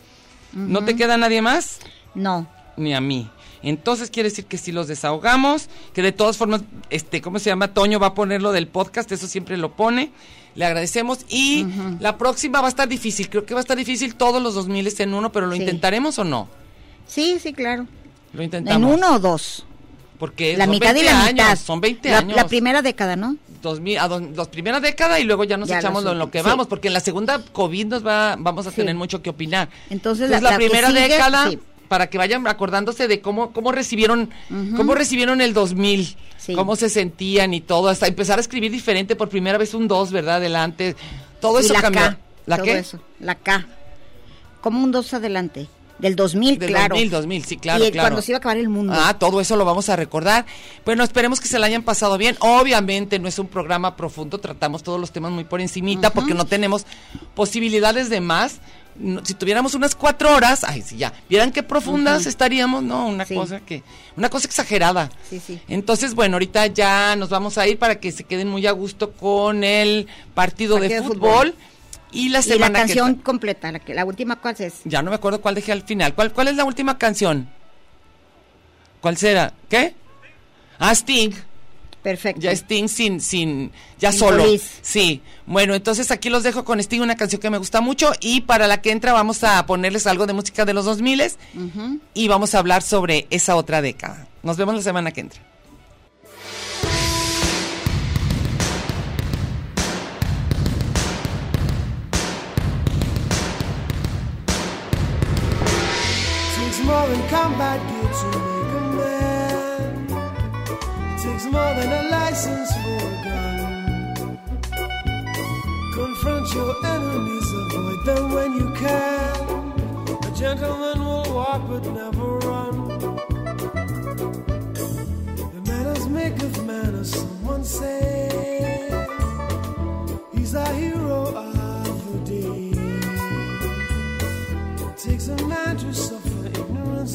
[SPEAKER 6] ¿No te queda nadie más?
[SPEAKER 1] No,
[SPEAKER 6] Ni a mí. Entonces quiere decir que si los desahogamos, que de todas formas, este, ¿cómo se llama? Toño va a poner lo del podcast, eso siempre lo pone. Le agradecemos y la próxima va a estar difícil. Creo que va a estar difícil todos los 2000 en uno, pero ¿lo
[SPEAKER 1] Sí.
[SPEAKER 6] intentaremos o no?
[SPEAKER 1] sí, sí, claro.
[SPEAKER 6] Lo
[SPEAKER 1] En
[SPEAKER 6] intentamos.
[SPEAKER 1] uno o dos.
[SPEAKER 6] Porque
[SPEAKER 1] La
[SPEAKER 6] Eh, son
[SPEAKER 1] mitad
[SPEAKER 6] 20
[SPEAKER 1] y la
[SPEAKER 6] años,
[SPEAKER 1] mitad.
[SPEAKER 6] son 20
[SPEAKER 1] La-
[SPEAKER 6] años.
[SPEAKER 1] La primera década, ¿no?
[SPEAKER 6] 2000, a dos- dos primera década y luego ya nos
[SPEAKER 1] Ya
[SPEAKER 6] echamos
[SPEAKER 1] los
[SPEAKER 6] lo, en lo que
[SPEAKER 1] últimos,
[SPEAKER 6] vamos,
[SPEAKER 1] sí.
[SPEAKER 6] porque en la segunda COVID nos va, vamos a
[SPEAKER 1] Sí.
[SPEAKER 6] tener mucho que opinar.
[SPEAKER 1] Entonces,
[SPEAKER 6] la,
[SPEAKER 1] la- la que
[SPEAKER 6] primera
[SPEAKER 1] sigue,
[SPEAKER 6] década,
[SPEAKER 1] sí.
[SPEAKER 6] para que vayan acordándose de cómo, cómo recibieron, cómo recibieron el 2000,
[SPEAKER 1] Sí.
[SPEAKER 6] cómo se sentían y todo, hasta empezar a escribir diferente por primera vez un 2, ¿verdad? Adelante, todo
[SPEAKER 1] y
[SPEAKER 6] Pues eso
[SPEAKER 1] la
[SPEAKER 6] cambió.
[SPEAKER 1] K.
[SPEAKER 6] ¿La
[SPEAKER 1] todo
[SPEAKER 6] qué?
[SPEAKER 1] eso, la K. Como un dos adelante. Del 2000,
[SPEAKER 6] Del
[SPEAKER 1] claro.
[SPEAKER 6] 2000, 2000, sí, claro,
[SPEAKER 1] Y el-
[SPEAKER 6] claro.
[SPEAKER 1] cuando se iba a acabar el mundo.
[SPEAKER 6] Ah, todo eso lo vamos a recordar. Bueno, esperemos que se la hayan pasado bien. Obviamente no es un programa profundo, tratamos todos los temas muy por encimita porque no tenemos posibilidades de más. No, si tuviéramos unas cuatro horas, ay, sí, ya, vieran qué profundas estaríamos, ¿no? Una
[SPEAKER 1] Sí.
[SPEAKER 6] cosa que, una cosa exagerada.
[SPEAKER 1] Sí, sí.
[SPEAKER 6] Entonces, bueno, ahorita ya nos vamos a ir para que se queden muy a gusto con el partido, de,
[SPEAKER 1] Partido de
[SPEAKER 6] fútbol,
[SPEAKER 1] fútbol.
[SPEAKER 6] y
[SPEAKER 1] y
[SPEAKER 6] la
[SPEAKER 1] la
[SPEAKER 6] semana que
[SPEAKER 1] canción
[SPEAKER 6] tra-
[SPEAKER 1] completa, la, que, la última, ¿cuál es?
[SPEAKER 6] Ya no me acuerdo cuál dejé al final. ¿Cuál, cuál es la última canción? ¿Cuál será? ¿Qué? Ah, Sting.
[SPEAKER 1] Perfecto.
[SPEAKER 6] Ya Sting sin, sin, ya
[SPEAKER 1] Sin
[SPEAKER 6] solo.
[SPEAKER 1] Police.
[SPEAKER 6] Sí. Bueno, entonces aquí los dejo con Sting, una canción que me gusta mucho. Y para la que entra vamos a ponerles algo de música de los 2000
[SPEAKER 1] Ujú.
[SPEAKER 6] y vamos a hablar sobre esa otra década. Nos vemos la semana que entra.
[SPEAKER 7] takes more than combat gear to make a man. It takes more than a license for a gun. Confront your enemies, avoid them when you can. A gentleman will walk but never run. The manners make of manners, someone say. He's a hero of the day takes a man to suffer ignorance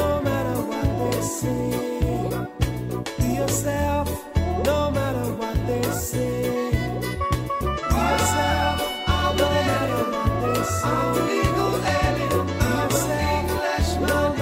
[SPEAKER 7] no matter what they say. Be yourself, no matter what they say. Be yourself, no matter what they say. I'm a legal alien. Be yourself.